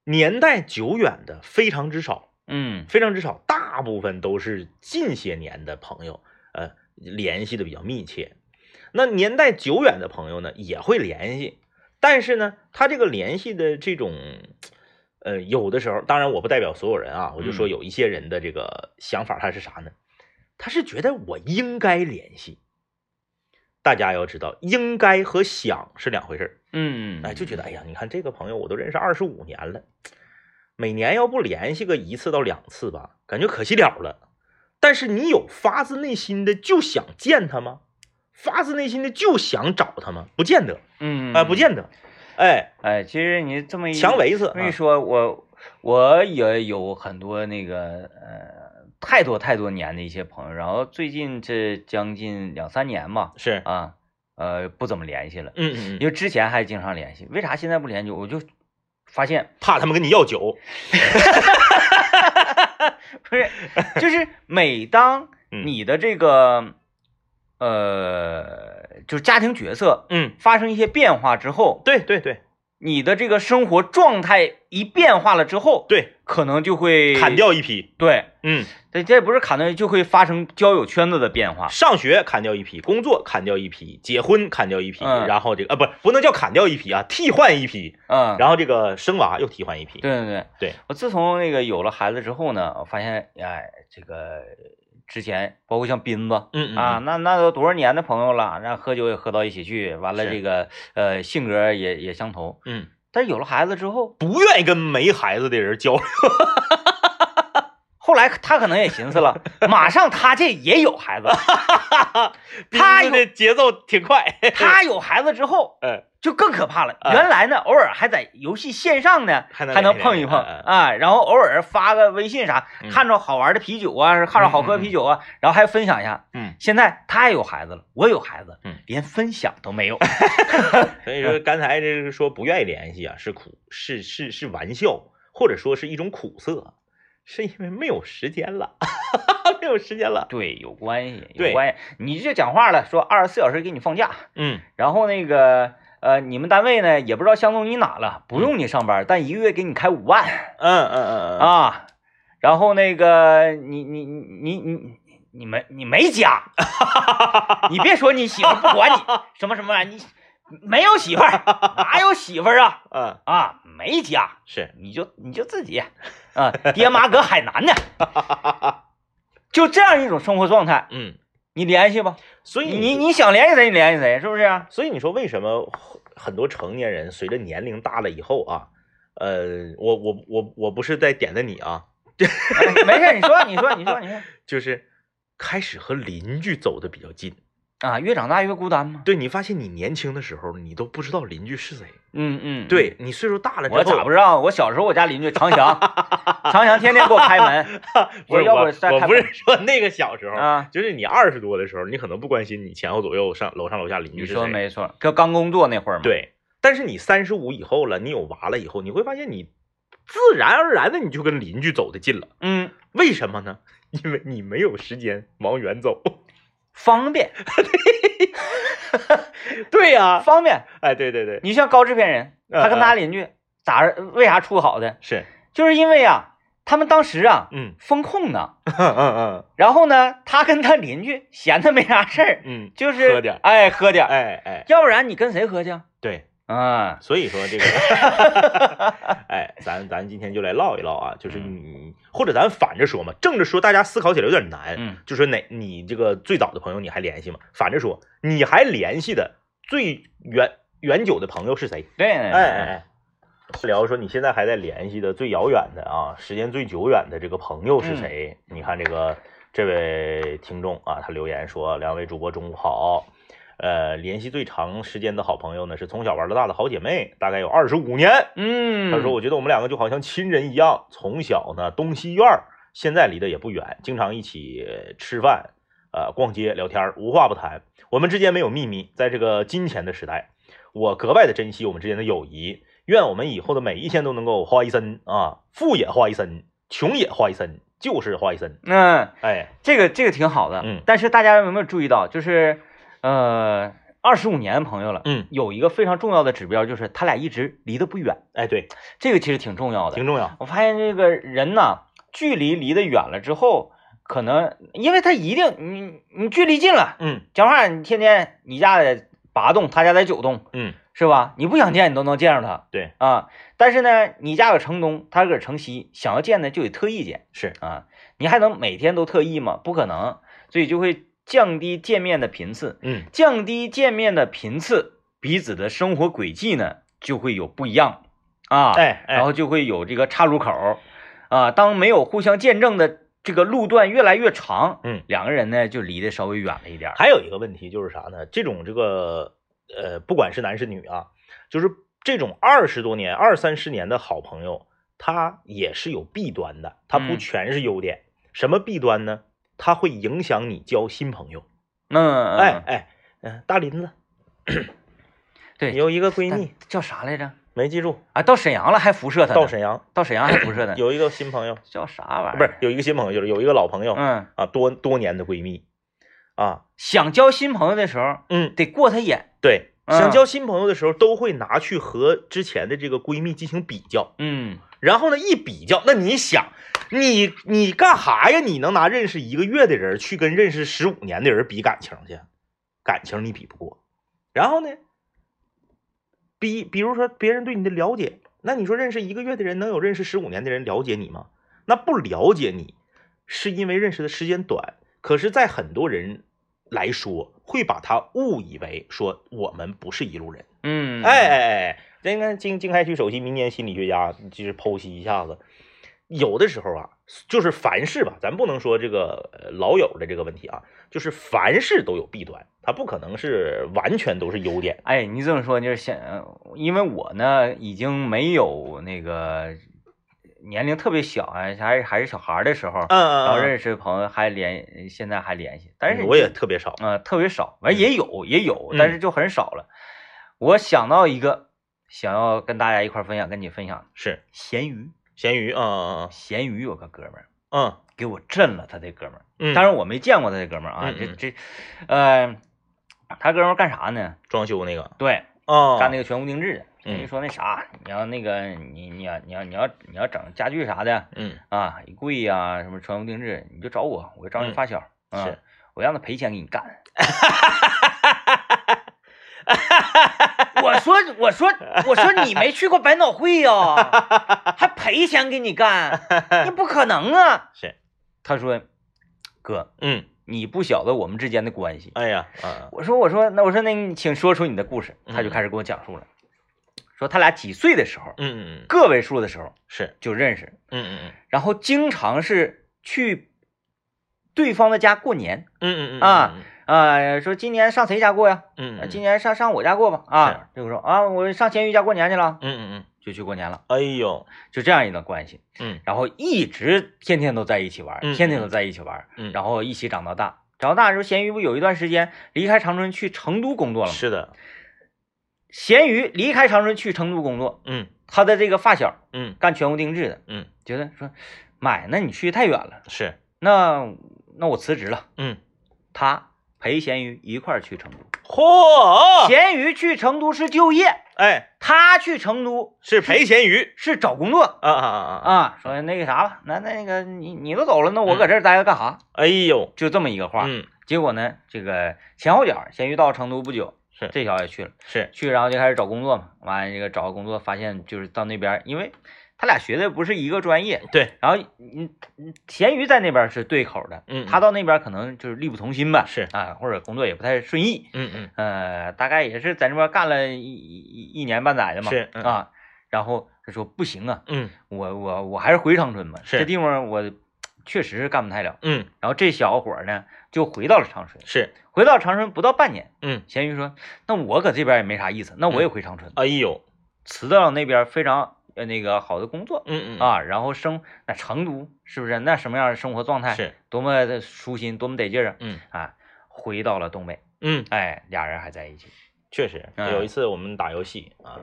Speaker 1: 年代久远的非常之少，
Speaker 2: 嗯
Speaker 1: 非常之少，大部分都是近些年的朋友，呃，联系的比较密切。那年代久远的朋友呢，也会联系，但是呢，他这个联系的这种，呃，有的时候，当然我不代表所有人啊，我就说
Speaker 2: 嗯
Speaker 1: 有一些人的这个想法，他是啥呢？他是觉得我应该联系。大家要知道，应该和想是两回事儿。
Speaker 2: 嗯，
Speaker 1: 哎，就觉得哎呀，你看这个朋友我都认识二十五年了，每年要不联系个一次到两次吧，感觉可惜了了。但是你有发自内心的就想见他吗？发自内心的就想找他吗？不见得，
Speaker 2: 嗯，
Speaker 1: 哎、不。见得，哎，
Speaker 2: 哎，其实你这么一
Speaker 1: 强维次，
Speaker 2: 这么
Speaker 1: 啊
Speaker 2: 一说，我我也有很多那个呃，太多太多年的一些朋友，然后最近这将近两三年吧，
Speaker 1: 是，
Speaker 2: 啊，呃，不怎么联系了。
Speaker 1: 嗯嗯，
Speaker 2: 因为之前还经常联系，为啥现在不联系？我就发现
Speaker 1: 怕他们跟你要酒，
Speaker 2: 不是，就是每当
Speaker 1: 嗯
Speaker 2: 你的这个呃，就是家庭角色
Speaker 1: 嗯，
Speaker 2: 发生一些变化之后，
Speaker 1: 对对对
Speaker 2: 你的这个生活状态一变化了之后，
Speaker 1: 对，
Speaker 2: 可能就会
Speaker 1: 砍。掉一批，
Speaker 2: 对，
Speaker 1: 嗯，
Speaker 2: 这这不是砍掉，就会发生交友圈子的变化。
Speaker 1: 上学砍掉一批，工作砍掉一批，结婚砍掉一批，
Speaker 2: 嗯
Speaker 1: 然后这个啊不不能叫砍掉一批啊，替换一批，
Speaker 2: 嗯，
Speaker 1: 然后这个生娃又替换一批，
Speaker 2: 对对对
Speaker 1: 对，
Speaker 2: 我自从那个有了孩子之后呢，我发现哎，这个之前包括像斌子，
Speaker 1: 嗯嗯
Speaker 2: 啊，
Speaker 1: 嗯
Speaker 2: 那那都多少年的朋友了，那喝酒也喝到一起去，完了
Speaker 1: 是
Speaker 2: 这个呃性格也也相投，
Speaker 1: 嗯，
Speaker 2: 但是有了孩子之后，
Speaker 1: 不愿意跟没孩子的人 交流。
Speaker 2: 后来他可能也寻思了，马上他这也有孩 子，他
Speaker 1: 斌子的节奏挺快，
Speaker 2: 他有孩子之后
Speaker 1: 嗯，
Speaker 2: 就更可怕了。
Speaker 1: 啊
Speaker 2: 原来呢，偶尔还在游戏线上呢，
Speaker 1: 还能
Speaker 2: 还能
Speaker 1: 联系
Speaker 2: 碰一
Speaker 1: 联
Speaker 2: 碰
Speaker 1: 系嗯
Speaker 2: 啊，然后偶尔发个微信啥
Speaker 1: 嗯，
Speaker 2: 看着好玩的啤酒啊，看着好喝
Speaker 1: 嗯嗯
Speaker 2: 啤酒啊，然后还分享一下。
Speaker 1: 嗯，
Speaker 2: 现在他也有孩子了，我有孩子
Speaker 1: 嗯，
Speaker 2: 连分享都没有。
Speaker 1: 所以说刚才这是说不愿意联系啊，是苦，是是是玩笑，或者说是一种苦涩，是因为没有时间了， 没有时间了。
Speaker 2: 对，有关系，
Speaker 1: 对
Speaker 2: 有关系。你这讲话了，说二十四小时给你放假，
Speaker 1: 嗯，
Speaker 2: 然后那个呃，你们单位呢也不知道相中你哪了，不用你上班，但一个月给你开五万
Speaker 1: 嗯嗯嗯嗯啊，
Speaker 2: 啊。然后那个你你你你你你没你没家， 你别说你媳妇儿不管你什么什么玩意儿，你没有媳妇儿，哪有媳妇儿啊
Speaker 1: 嗯，
Speaker 2: 啊，没家，
Speaker 1: 是，
Speaker 2: 你就你就自己啊，爹妈搁 海南呢，就这样一种生活状态，
Speaker 1: 嗯，
Speaker 2: 你联系吧。
Speaker 1: 所以
Speaker 2: 你你你想联系谁，你联系谁，是不是、啊？
Speaker 1: 所以你说为什么很多成年人随着年龄大了以后啊，呃，我我我我不是在点的你啊，
Speaker 2: 哎没事，你说，你说，你说，你说
Speaker 1: 就是开始和邻居走的比较近。
Speaker 2: 啊，越长大越孤单嘛。
Speaker 1: 对你发现你年轻的时候，你都不知道邻居是谁。
Speaker 2: 嗯嗯，
Speaker 1: 对你岁数大了之后，
Speaker 2: 我咋不知道？我小时候我家邻居常翔，常翔天天给我 开门
Speaker 1: 不是
Speaker 2: 我要
Speaker 1: 我
Speaker 2: 不再
Speaker 1: 我
Speaker 2: 看
Speaker 1: 不是说那个小时候，
Speaker 2: 啊。
Speaker 1: 就是你二十多的时候，你可能不关心你前后左右上楼上楼下邻
Speaker 2: 你
Speaker 1: 居是
Speaker 2: 说
Speaker 1: 谁。
Speaker 2: 没错，这刚工作那会儿嘛。，
Speaker 1: 对，但是你三十五以后了，你有娃了以后，你会发现你自然而然的你就跟邻居走得近了。
Speaker 2: 嗯，
Speaker 1: 为什么呢？ 因为你没有时间往远走。
Speaker 2: 方便，
Speaker 1: 对呀、
Speaker 2: 方便。
Speaker 1: 哎，对对对，
Speaker 2: 你像高制片人，
Speaker 1: 嗯
Speaker 2: 他跟他邻居咋为啥处好的？
Speaker 1: 是，
Speaker 2: 就是因为啊，他们当时啊
Speaker 1: 嗯
Speaker 2: 封控呢，
Speaker 1: 嗯嗯
Speaker 2: 然后呢，他跟他邻居闲的没啥事儿，
Speaker 1: 嗯
Speaker 2: 就是
Speaker 1: 喝点儿
Speaker 2: 哎，喝点
Speaker 1: 嗯，
Speaker 2: 儿，
Speaker 1: 哎哎，
Speaker 2: 要不然你跟谁喝去啊？
Speaker 1: 对，
Speaker 2: 嗯
Speaker 1: 所以说这个，哎，咱咱今天就来唠一唠啊，就是你或者咱反着说嘛，正着说大家思考起来有点难，
Speaker 2: 嗯
Speaker 1: 就说哪你这个最早的朋友你还联系吗？反着说，你还联系的最远远久的朋友是谁？
Speaker 2: 对，
Speaker 1: 哎哎哎。聊说你现在还在联系的最遥远的啊，时间最久远的这个朋友是谁？你看这个这位听众啊，他留言说：“两位主播中午好，呃，联系最长时间的好朋友呢，是从小玩到大的好姐妹，大概有二十五年。
Speaker 2: 嗯，
Speaker 1: 他说：“我觉得我们两个就好像亲人一样，从小呢东西院儿，现在离得也不远，经常一起吃饭，呃，逛街聊天儿，无话不谈。我们之间没有秘密，在这个金钱的时代，我格外的珍惜我们之间的友谊。愿我们以后的每一天都能够花一生啊，富也花一生，穷也花一生，就是花一生。
Speaker 2: 嗯，
Speaker 1: 哎，
Speaker 2: 这个这个挺好的，
Speaker 1: 嗯
Speaker 2: 但是大家有没有注意到，就是呃，二十五年朋友了，
Speaker 1: 嗯，
Speaker 2: 有一个非常重要的指标，就是他俩一直离得不远，
Speaker 1: 哎，对，
Speaker 2: 这个其实挺重要的
Speaker 1: 挺。重要。
Speaker 2: 我发现这个人呐，距离离得远了之后，可能因为他一定你你距离近了，
Speaker 1: 嗯
Speaker 2: 讲话你天天你家在八栋，他家在九栋，
Speaker 1: 嗯，
Speaker 2: 是吧？你不想见你都能见着他，
Speaker 1: 对
Speaker 2: 啊。但是呢，你家搁城东，他搁城西，想要见呢就得特意见
Speaker 1: 是，
Speaker 2: 啊。你还能每天都特意吗？不可能，所以就会降低见面的频次，
Speaker 1: 嗯
Speaker 2: 降低见面的频次，彼此的生活轨迹呢就会有不一样啊。
Speaker 1: 哎哎
Speaker 2: 然后就会有这个岔路口儿，啊，当没有互相见证的这个路段越来越长，
Speaker 1: 嗯，
Speaker 2: 两个人呢就离得稍微远了一点儿。
Speaker 1: 还有一个问题就是啥呢？这种这个呃，不管是男是女啊，就是这种二十多年、二三十年的好朋友，他也是有弊端的，他不
Speaker 2: 嗯
Speaker 1: 全是优点。什么弊端呢？他会影响你交新朋友。
Speaker 2: 嗯，
Speaker 1: 哎
Speaker 2: 嗯，
Speaker 1: 哎，嗯、大林子，
Speaker 2: 对
Speaker 1: 有一个闺
Speaker 2: 但
Speaker 1: 蜜
Speaker 2: 叫啥来着？
Speaker 1: 没记住，
Speaker 2: 啊，到沈阳了还辐射他呢，
Speaker 1: 到沈阳
Speaker 2: 到沈阳还辐射呢，
Speaker 1: 有一个新朋友，
Speaker 2: 叫啥玩意儿？
Speaker 1: 不是有一个新朋友，就是有一个老朋友、
Speaker 2: 哎嗯，
Speaker 1: 啊，多多年的闺蜜啊，
Speaker 2: 想交新朋友的时候
Speaker 1: 嗯，
Speaker 2: 得过他眼，
Speaker 1: 对，
Speaker 2: 嗯
Speaker 1: 想交新朋友的时候，都会拿去和之前的这个闺蜜进行比较。
Speaker 2: 嗯，
Speaker 1: 然后呢，一比较，那你想，你你干哈呀？你能拿认识一个月的人去跟认识十五年的人比感情去？感情你比不过。然后呢，比比如说别人对你的了解，那你说认识一个月的人能有认识十五年的人了解你吗？那不了解你，是因为认识的时间短。可是，在很多人来说，会把他误以为说我们不是一路人。
Speaker 2: 嗯，
Speaker 1: 哎，哎哎，这个经经开区首席民间心理学家就是剖析一下子，有的时候啊，就是凡事吧，咱不能说这个呃老友的这个问题啊，就是凡事都有弊端，它不可能是完全都是优点。
Speaker 2: 哎，你这么说就是现，呃因为我呢已经没有那个年龄特别小啊，还是还是小孩儿的时候，
Speaker 1: 嗯
Speaker 2: 然后
Speaker 1: 嗯
Speaker 2: 认识朋友还联，现在还联系，
Speaker 1: 但
Speaker 2: 但是
Speaker 1: 是嗯我也特别少。
Speaker 2: 呃特别少，完也有也有，
Speaker 1: 嗯
Speaker 2: 但是就很少了。我想到一个，想要跟大家一块儿分享，跟你分享
Speaker 1: 是
Speaker 2: 咸鱼，
Speaker 1: 咸鱼，嗯嗯
Speaker 2: 咸鱼有个哥们儿
Speaker 1: 嗯
Speaker 2: 给我震了，他这哥们儿，
Speaker 1: 嗯，
Speaker 2: 当然我没见过他这哥们儿啊，
Speaker 1: 嗯嗯
Speaker 2: 这这，呃，他哥们儿干啥呢？
Speaker 1: 装修那个
Speaker 2: 对，
Speaker 1: 啊，
Speaker 2: 干那个全屋定制的。
Speaker 1: 嗯
Speaker 2: 人家说那啥，你要那个你你要你要你要你要整家具啥的
Speaker 1: 嗯
Speaker 2: 啊，衣柜呀、什么全屋定制，你就找我，我就找你
Speaker 1: 嗯
Speaker 2: 发小。啊
Speaker 1: 是
Speaker 2: 我让他赔钱给你干。 我说我说我说你没去过百脑汇呀、 还赔钱给你干， 那不可能啊！
Speaker 1: 是
Speaker 2: 他说，哥，
Speaker 1: 嗯，
Speaker 2: 你不晓得我们之间的关系。
Speaker 1: 哎呀，嗯
Speaker 2: 我说我说那我说那你请说出你的故事，
Speaker 1: 嗯
Speaker 2: 他就开始给我讲述了，说他俩几岁的时候，
Speaker 1: 嗯嗯
Speaker 2: 个位数的时候
Speaker 1: 是，
Speaker 2: 就认识，
Speaker 1: 嗯嗯
Speaker 2: 然后经常是去对方的家过年
Speaker 1: 嗯嗯嗯
Speaker 2: 啊、说今年上谁家过呀？
Speaker 1: 嗯
Speaker 2: 啊
Speaker 1: 嗯
Speaker 2: 今年上上我家过吧啊，就说啊我上咸鱼家过年去了，
Speaker 1: 嗯嗯嗯，
Speaker 2: 就去过年了，
Speaker 1: 哎呦，
Speaker 2: 就这样一段关系，
Speaker 1: 嗯
Speaker 2: 然后一直天天都在一起玩，
Speaker 1: 嗯
Speaker 2: 天天都在一起玩，
Speaker 1: 嗯，
Speaker 2: 然后一起长到大。长到大的时候，咸鱼不有一段时间离开长春去成都工作了吗？
Speaker 1: 是的，
Speaker 2: 咸鱼离开长春去成都工作，
Speaker 1: 嗯
Speaker 2: 他的这个发小
Speaker 1: 嗯
Speaker 2: 干全屋定制的，
Speaker 1: 嗯，
Speaker 2: 觉得说，妈呀，那你去太远了，
Speaker 1: 是，
Speaker 2: 那那我辞职了。
Speaker 1: 嗯，
Speaker 2: 他陪咸鱼一块儿去成都，
Speaker 1: 嚯，
Speaker 2: 咸鱼去成都是就业，
Speaker 1: 哎，
Speaker 2: 他去成都
Speaker 1: 是赔钱鱼
Speaker 2: 是找工作
Speaker 1: 啊啊啊啊！
Speaker 2: 啊。说那个啥吧，那那个你你都走了，那我搁这儿待着干啥？
Speaker 1: 哎呦，
Speaker 2: 就这么一个话。
Speaker 1: 嗯，
Speaker 2: 结果呢，这个前后脚，咸鱼到成都不久，
Speaker 1: 是
Speaker 2: 这小子也去了，
Speaker 1: 是，
Speaker 2: 去然后就开始找工作嘛。完了这个找工作，发现就是到那边儿，因为他俩学的不是一个专业，
Speaker 1: 对，
Speaker 2: 然后嗯，嗯咸鱼在那边是对口的，
Speaker 1: 嗯
Speaker 2: 他到那边可能就是力不从心吧，
Speaker 1: 是，
Speaker 2: 啊，或者工作也不太顺意，
Speaker 1: 嗯嗯，
Speaker 2: 呃，大概也是在那边干了一一一年半载的嘛，
Speaker 1: 是嗯
Speaker 2: 啊，然后他说不行啊，
Speaker 1: 嗯
Speaker 2: 我我我还是回长春吧，
Speaker 1: 是
Speaker 2: 这地方我确实是干不太了，
Speaker 1: 嗯，
Speaker 2: 然后这小伙儿呢就回到了长春，
Speaker 1: 是，
Speaker 2: 回到长春不到半年，
Speaker 1: 嗯，
Speaker 2: 咸鱼说，那我搁这边也没啥意思，那我也回长春，
Speaker 1: 哎呦，
Speaker 2: 辞掉了那边非常呃那个好的工作，
Speaker 1: 嗯嗯，
Speaker 2: 啊，然后生那成都是不是那什么样的生活状态，
Speaker 1: 是，
Speaker 2: 多么的舒心，多么得劲儿啊！
Speaker 1: 嗯
Speaker 2: 啊，回到了东北，
Speaker 1: 嗯，
Speaker 2: 哎，俩人还在一起。
Speaker 1: 确实，
Speaker 2: 嗯
Speaker 1: 有一次我们打游戏啊，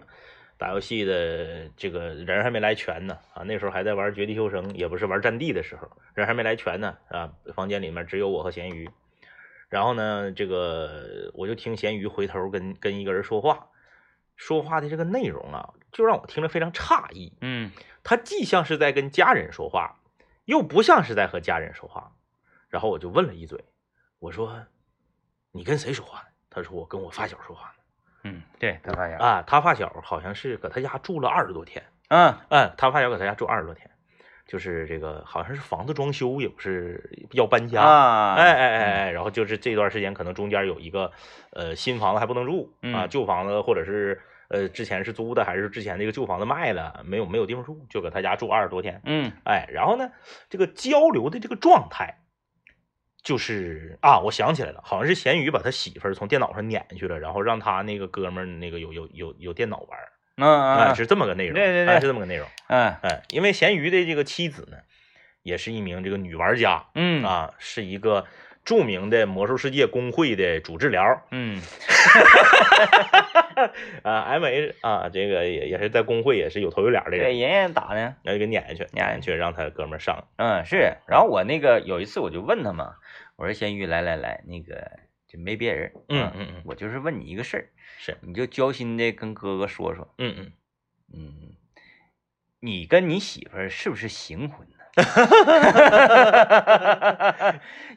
Speaker 1: 打游戏的这个人还没来全呢啊，那时候还在玩《绝地求生》，也不是玩《战地》的时候，人还没来全呢啊，房间里面只有我和咸鱼，然后呢，这个我就听咸鱼回头跟跟一个人说话，说话的这个内容啊，就让我听着非常诧异，
Speaker 2: 嗯，
Speaker 1: 他既像是在跟家人说话，又不像是在和家人说话。然后我就问了一嘴，我说：“你跟谁说话呢？”他说：“我跟我发小说话呢。
Speaker 2: 嗯，对，他发”现，
Speaker 1: 啊，他发小好像是搁他家住了二十多天。
Speaker 2: 嗯
Speaker 1: 嗯，他发小搁他家住二十多天，就是这个好像是房子装修，也不是要搬家。
Speaker 2: 啊，
Speaker 1: 哎哎哎哎，然后就是这段时间可能中间有一个呃新房子还不能住啊，
Speaker 2: 嗯
Speaker 1: 旧房子或者是呃之前是租的还是之前那个旧房子卖了，没有没有地方住，就搁他家住二十多天。
Speaker 2: 嗯
Speaker 1: 哎，然后呢，这个交流的这个状态，就是啊，我想起来了，好像是咸鱼把他媳妇儿从电脑上撵下去了，然后让他那个哥们儿那个有有有有电脑玩儿，
Speaker 2: 嗯
Speaker 1: 哎，
Speaker 2: 嗯
Speaker 1: 是这么个内容，
Speaker 2: 对对
Speaker 1: 哎
Speaker 2: 对
Speaker 1: 是这么个内容，
Speaker 2: 嗯
Speaker 1: 哎，因为咸鱼的这个妻子呢，也是一名这个女玩家
Speaker 2: 嗯
Speaker 1: 啊，是一个著名的魔兽世界工会的主治疗
Speaker 2: 嗯
Speaker 1: 啊，M H 啊，这个也也是在工会也是有头有脸儿的
Speaker 2: 对，
Speaker 1: 人，
Speaker 2: 妍妍打呢，
Speaker 1: 然后就给撵下去，
Speaker 2: 撵
Speaker 1: 撵下
Speaker 2: 下
Speaker 1: 去让他哥们儿上，
Speaker 2: 嗯是。然后我那个有一次我就问他嘛，我说咸鱼，来来来，那个就没别人，
Speaker 1: 嗯
Speaker 2: 啊
Speaker 1: 嗯嗯
Speaker 2: 我就是问你一个事儿，
Speaker 1: 是，
Speaker 2: 你就交心的跟哥哥说说，
Speaker 1: 嗯嗯。
Speaker 2: 嗯，你跟你媳妇儿是不是行婚呢？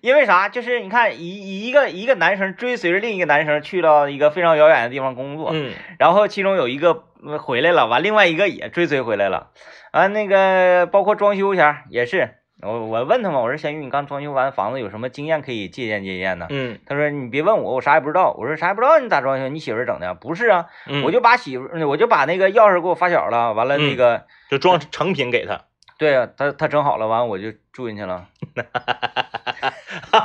Speaker 2: 因为啥？就是你看，一一个一个男生追随着另一个男生去到一个非常遥远的地方工作，
Speaker 1: 嗯
Speaker 2: 然后其中有一个嗯回来了，完另外一个也追随回来了，啊，那个包括装修前儿也是，我我问他嘛，我说咸鱼，你刚装修完房子有什么经验可以借鉴借鉴呢？
Speaker 1: 嗯
Speaker 2: 他说你别问我，我啥也不知道。我说啥也不知道，你咋装修？你媳妇儿整的？不是啊，
Speaker 1: 嗯，
Speaker 2: 我就把媳妇，我就把那个钥匙给我发小了，完了那个，
Speaker 1: 就装成品给他。
Speaker 2: 对啊，他他整好了，完了我就住进去了。
Speaker 1: 哎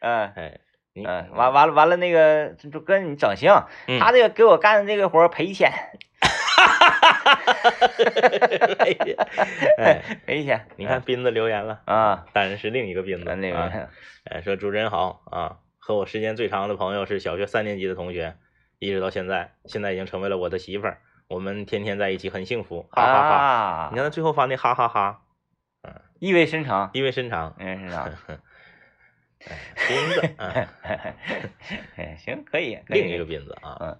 Speaker 2: 嗯
Speaker 1: 哎，你
Speaker 2: 嗯，完完了完了那个就跟你整行，
Speaker 1: 嗯
Speaker 2: 他这个给我干的这个活儿赔钱，
Speaker 1: 哎，
Speaker 2: 赔钱。
Speaker 1: 你看斌子留言了，
Speaker 2: 啊，
Speaker 1: 当然是另一个斌子。
Speaker 2: 那
Speaker 1: 啊，
Speaker 2: 个
Speaker 1: 哎，说主持人好啊，和我时间最长的朋友是小学三年级的同学，一直到现在，现在已经成为了我的媳妇儿，我们天天在一起很幸福，哈哈哈。
Speaker 2: 啊
Speaker 1: 你，看他最后发那哈哈哈，
Speaker 2: 意味深长，
Speaker 1: 意味深长。
Speaker 2: 意味深长。
Speaker 1: 哎斌子，嗯
Speaker 2: 哎 行，可以，可以
Speaker 1: 另一个斌子啊，
Speaker 2: 嗯，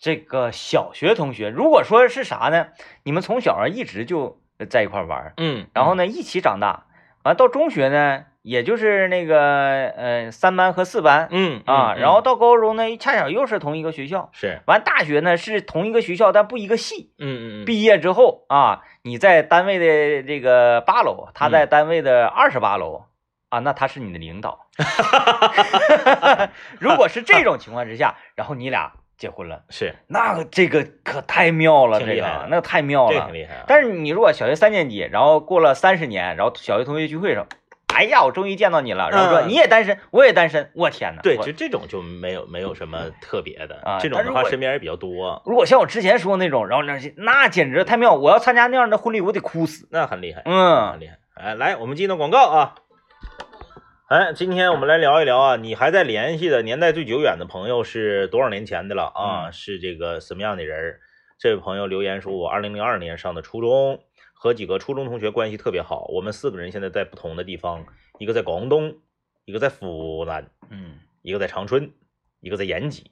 Speaker 2: 这个小学同学，如果说是啥呢？你们从小啊一直就在一块儿玩儿，
Speaker 1: 嗯，
Speaker 2: 然后呢一起长大，完了到中学呢，也就是那个呃三班和四班
Speaker 1: 嗯，嗯
Speaker 2: 啊，
Speaker 1: 嗯
Speaker 2: 然后到高中呢，恰巧又是同一个学校，
Speaker 1: 是，
Speaker 2: 完大学呢是同一个学校，但不一个系。
Speaker 1: 嗯嗯嗯，
Speaker 2: 毕业之后啊，你在单位的这个八楼，他
Speaker 1: 嗯
Speaker 2: 在单位的二十八楼、啊，那他是你的 领导。 如果是这种情况之下，然后你俩结婚了。
Speaker 1: 是，
Speaker 2: 那这个可太妙了，
Speaker 1: 挺
Speaker 2: 这
Speaker 1: 厉害的
Speaker 2: 个那个太妙
Speaker 1: 这个
Speaker 2: 了
Speaker 1: 挺。厉害啊。
Speaker 2: 但是你如果小学三年级，然后过了三十年，然后小学同学聚会上，哎呀，我终于见到你了，然后说
Speaker 1: 嗯
Speaker 2: 你也单身，我也单身，我天哪！
Speaker 1: 对，
Speaker 2: 我
Speaker 1: 就这种就没有没有什么特别的，
Speaker 2: 啊
Speaker 1: 这种
Speaker 2: 但
Speaker 1: 的
Speaker 2: 如
Speaker 1: 话
Speaker 2: 果
Speaker 1: 身边也比较多，
Speaker 2: 如果像我之前说那种，然后那那简直太妙，我要参加那样的婚礼，我得哭死。
Speaker 1: 那很厉害，很
Speaker 2: 嗯，
Speaker 1: 厉害。哎，来，我们进到广告啊。哎，今天我们来聊一聊啊，你还在联系的年代最久远的朋友是多少年前的了啊？
Speaker 2: 嗯
Speaker 1: 是这个什么样的人儿？这位朋友留言说，我二零零二年上的初中，和几个初中同学关系特别好，我们四个人现在在不同的地方，一个在广东，一个在湖南，
Speaker 2: 嗯，
Speaker 1: 一个在长春，一个在延吉，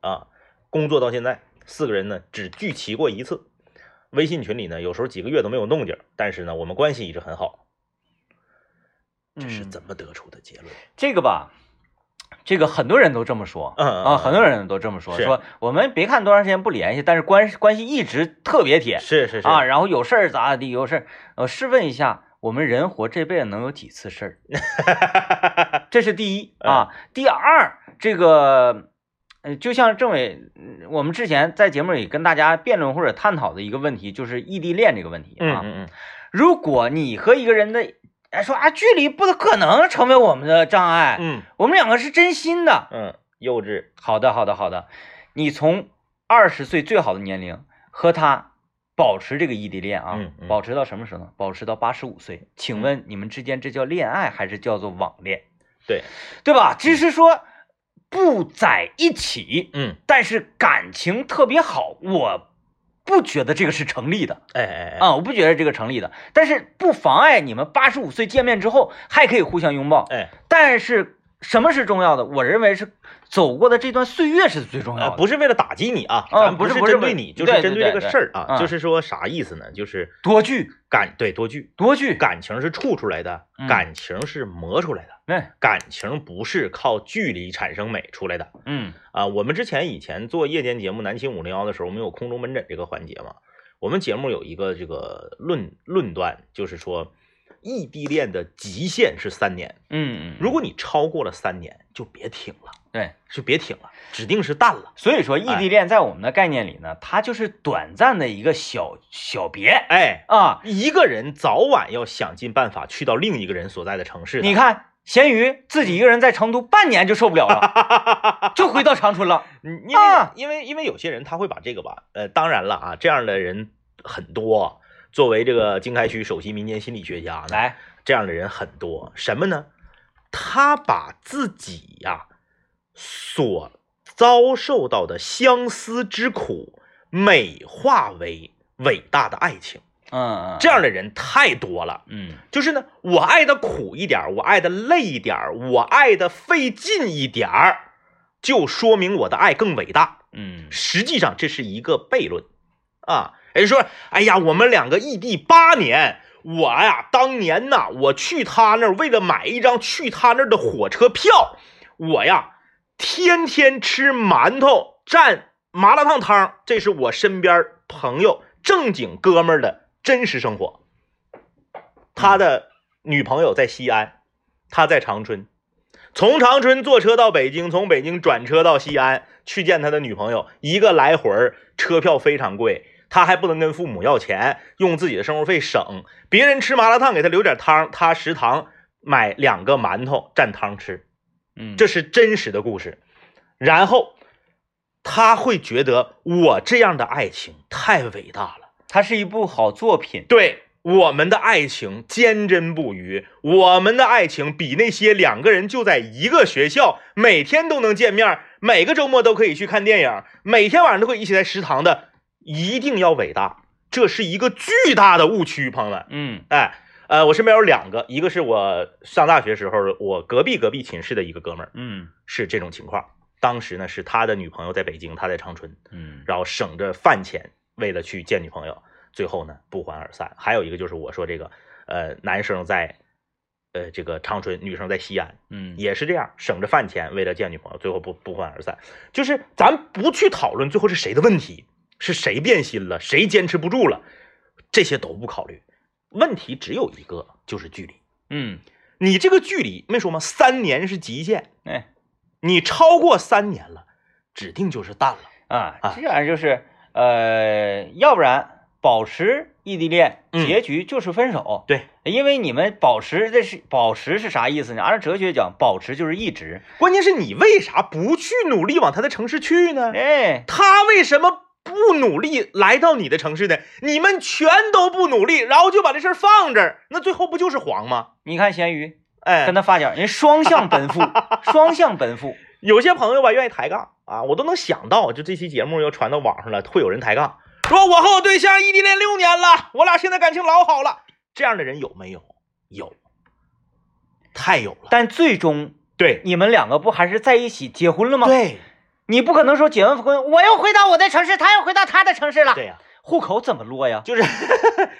Speaker 1: 啊，工作到现在，四个人呢只聚齐过一次。微信群里呢，有时候几个月都没有动静儿，但是呢，我们关系一直很好。这是
Speaker 2: 嗯
Speaker 1: 怎么得出的结论？
Speaker 2: 这个吧，这个很多人都这么说。
Speaker 1: 嗯
Speaker 2: 啊，很多人都这么说，
Speaker 1: 是
Speaker 2: 说我们别看多长时间不联系，但是关关系一直特别铁
Speaker 1: 是是是
Speaker 2: 啊。，然后有事儿咋咋地，有事儿，呃，试问一下，我们人活这辈子能有几次事儿？ 这是第一
Speaker 1: 嗯
Speaker 2: 啊。第二，这个，呃，就像政委，嗯我们之前在节目里跟大家辩论或者探讨的一个问题，就是异地恋这个问题
Speaker 1: 嗯
Speaker 2: 啊。
Speaker 1: 嗯嗯，
Speaker 2: 如果你和一个人的，哎，说啊，距离不可能成为我们的障碍，
Speaker 1: 嗯
Speaker 2: 我们两个是真心的。
Speaker 1: 嗯，幼稚，
Speaker 2: 好的，好的，好的。你从二十岁最好的年龄和他保持这个异地恋啊，
Speaker 1: 嗯嗯
Speaker 2: 保持到什么时候呢？保持到八十五岁。请问你们之间这叫恋爱还是叫做网恋？
Speaker 1: 对，
Speaker 2: 对吧？只是说不在一起，
Speaker 1: 嗯，
Speaker 2: 但是感情特别好，我不觉得这个是成立的
Speaker 1: 哎哎哎，
Speaker 2: 啊，我不觉得这个成立的。但是不妨碍你们八十五岁见面之后还可以互相拥抱。
Speaker 1: 哎，
Speaker 2: 但是什么是重要的？我认为是走过的这段岁月是最重要
Speaker 1: 呃
Speaker 2: 的。
Speaker 1: 不是为了打击你啊，
Speaker 2: 啊
Speaker 1: 咱
Speaker 2: 哦不是
Speaker 1: 是
Speaker 2: 不是
Speaker 1: 针
Speaker 2: 不
Speaker 1: 对
Speaker 2: 是
Speaker 1: 你，就是
Speaker 2: 对
Speaker 1: 针
Speaker 2: 对
Speaker 1: 这个
Speaker 2: 对对
Speaker 1: 事儿啊，
Speaker 2: 嗯
Speaker 1: 就是说啥意思呢？就是
Speaker 2: 多聚
Speaker 1: 感对多聚，
Speaker 2: 多聚，
Speaker 1: 感情是处出来的，
Speaker 2: 嗯
Speaker 1: 感情是磨出来的，
Speaker 2: 哎，
Speaker 1: 感情不是靠距离产生美出来的
Speaker 2: 嗯
Speaker 1: 啊。我们之前以前做夜间节目《南青五零幺》的时候，我们有空中门诊这个环节嘛，我们节目有一个这个论论断，就是说异地恋的极限是三年。
Speaker 2: 嗯嗯。
Speaker 1: 如果你超过了三年，就别挺了，
Speaker 2: 对，
Speaker 1: 就别挺了，指定是淡了。
Speaker 2: 所以说异地恋在我们的概念里呢，它就是短暂的一个小小别
Speaker 1: 哎，
Speaker 2: 啊。
Speaker 1: 一个人早晚要想尽办法去到另一个人所在的城市的。
Speaker 2: 你看，咸鱼自己一个人在成都半年就受不了了， 就回到长春了。
Speaker 1: 嗯，因为、
Speaker 2: 啊
Speaker 1: 因为因为有些人他会把这个吧，呃，当然了啊，这样的人很多。作为这个经开区首席民间心理学家呢，
Speaker 2: 来，
Speaker 1: 这样的人很多。什么呢？他把自己呀、所遭受到的相思之苦美化为伟大的爱情。
Speaker 2: 嗯嗯，
Speaker 1: 这，样的人太多了。
Speaker 2: 嗯
Speaker 1: 就是呢，我爱的苦一点儿，我爱的累一点儿，我爱的费劲一点儿，就说明我的爱更伟大。
Speaker 2: 嗯
Speaker 1: 实际上这是一个悖论啊。人说，哎呀，我们两个异地八年，我呀，当年呐，我去他那儿为了买一张去他那儿的火车票，我呀，天天吃馒头蘸麻辣烫汤，这是我身边朋友正经哥们儿的真实生活。他的女朋友在西安，他在长春，从长春坐车到北京，从北京转车到西安去见他的女朋友，一个来回儿车票非常贵，他还不能跟父母要钱，用自己的生活费省。别人吃麻辣烫给他留点汤，他食堂买两个馒头蘸汤吃，
Speaker 2: 嗯，
Speaker 1: 这是真实的故事。然后他会觉得我这样的爱情太伟大了。
Speaker 2: 它是一部好作品。
Speaker 1: 对我们的爱情坚贞不渝，我们的爱情比那些两个人就在一个学校，每天都能见面，每个周末都可以去看电影，每天晚上都可以一起在食堂的，一定要伟大。这是一个巨大的误区，朋友们。
Speaker 2: 嗯
Speaker 1: 哎，呃，我身边有两个，一个是我上大学时候我隔壁隔壁寝室的一个哥们儿，
Speaker 2: 嗯
Speaker 1: 是这种情况。当时呢，是他的女朋友在北京，他在长春。
Speaker 2: 嗯
Speaker 1: 然后省着饭钱，为了去见女朋友，最后呢不欢而散。还有一个就是我说这个，呃，男生在，呃，这个长春，女生在西安，
Speaker 2: 嗯，
Speaker 1: 也是这样，省着饭钱为了见女朋友，最后不不欢而散。就是咱不去讨论最后是谁的问题，是谁变心了，谁坚持不住了，这些都不考虑。问题只有一个，就是距离。
Speaker 2: 嗯，
Speaker 1: 你这个距离没说吗？三年是极限，
Speaker 2: 哎
Speaker 1: 你超过三年了，指定就是淡了。
Speaker 2: 啊
Speaker 1: 啊，
Speaker 2: 这样就是呃，要不然保持异地恋，
Speaker 1: 嗯
Speaker 2: 结局就是分手。
Speaker 1: 对，
Speaker 2: 因为你们保持这是保持是啥意思呢？按照哲学讲，保持就是一直。
Speaker 1: 关键是你为啥不去努力往他的城市去呢？
Speaker 2: 哎，
Speaker 1: 他为什么不努力来到你的城市呢？你们全都不努力，然后就把这事儿放这儿，那最后不就是黄吗？
Speaker 2: 你看咸鱼，
Speaker 1: 哎
Speaker 2: 跟他发小，人双向 奔赴，双向奔赴。
Speaker 1: 有些朋友吧愿意抬杠啊，我都能想到，就这期节目要传到网上了，会有人抬杠，说我和我对象异地恋六年了，我俩现在感情老好了。这样的人有没有？有，太有了。
Speaker 2: 但最终
Speaker 1: 对
Speaker 2: 你们两个不还是在一起结婚了吗？，
Speaker 1: 对
Speaker 2: 你不可能说结完婚，我又回到我的城市，他又回到他的城市了，
Speaker 1: 对呀、
Speaker 2: 户口怎么落呀？
Speaker 1: 就是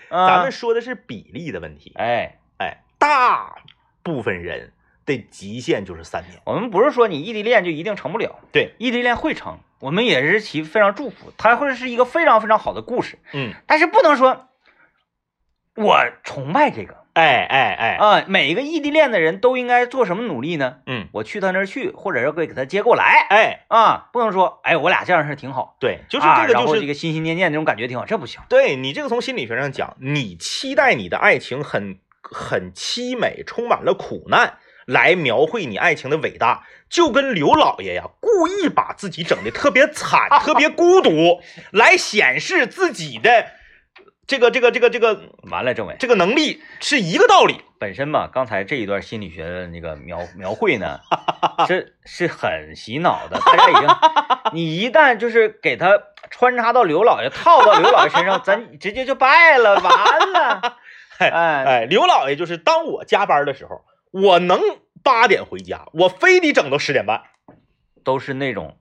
Speaker 2: 啊
Speaker 1: 咱们说的是比例的问题。
Speaker 2: 哎，
Speaker 1: 哎，大部分人的极限就是三年。
Speaker 2: 我们不是说你异地恋就一定成不了，
Speaker 1: 对，
Speaker 2: 异地恋会成，我们也是其非常祝福，它会是一个非常非常好的故事，
Speaker 1: 嗯，
Speaker 2: 但是不能说，我崇拜这个
Speaker 1: 哎哎哎，
Speaker 2: 啊、每一个异地恋的人都应该做什么努力呢？
Speaker 1: 嗯，
Speaker 2: 我去他那儿去，或者是给给他接过来
Speaker 1: 哎，
Speaker 2: 啊，不能说，哎，我俩这样是挺好，
Speaker 1: 对，就是
Speaker 2: 啊
Speaker 1: 这个，
Speaker 2: 然
Speaker 1: 就
Speaker 2: 后
Speaker 1: 是
Speaker 2: 这个心心念念那种感觉挺好，这不行。
Speaker 1: 对你这个从心理学上讲，你期待你的爱情很很凄美，充满了苦难，来描绘你爱情的伟大，就跟刘老爷呀故意把自己整的特别惨、特别孤独，来显示自己的这个这个这个这个
Speaker 2: 完了，政委
Speaker 1: 这个能力是一个道理。
Speaker 2: 本身吧，刚才这一段心理学的那个描描绘呢，是是很洗脑的。大家已经，你一旦就是给他穿插到刘老爷，套到刘老爷身上，咱直接就败了，完了。哎，
Speaker 1: 哎，刘老爷就是当我加班的时候，我能八点回家，我非得整到十点半。
Speaker 2: 都是那种，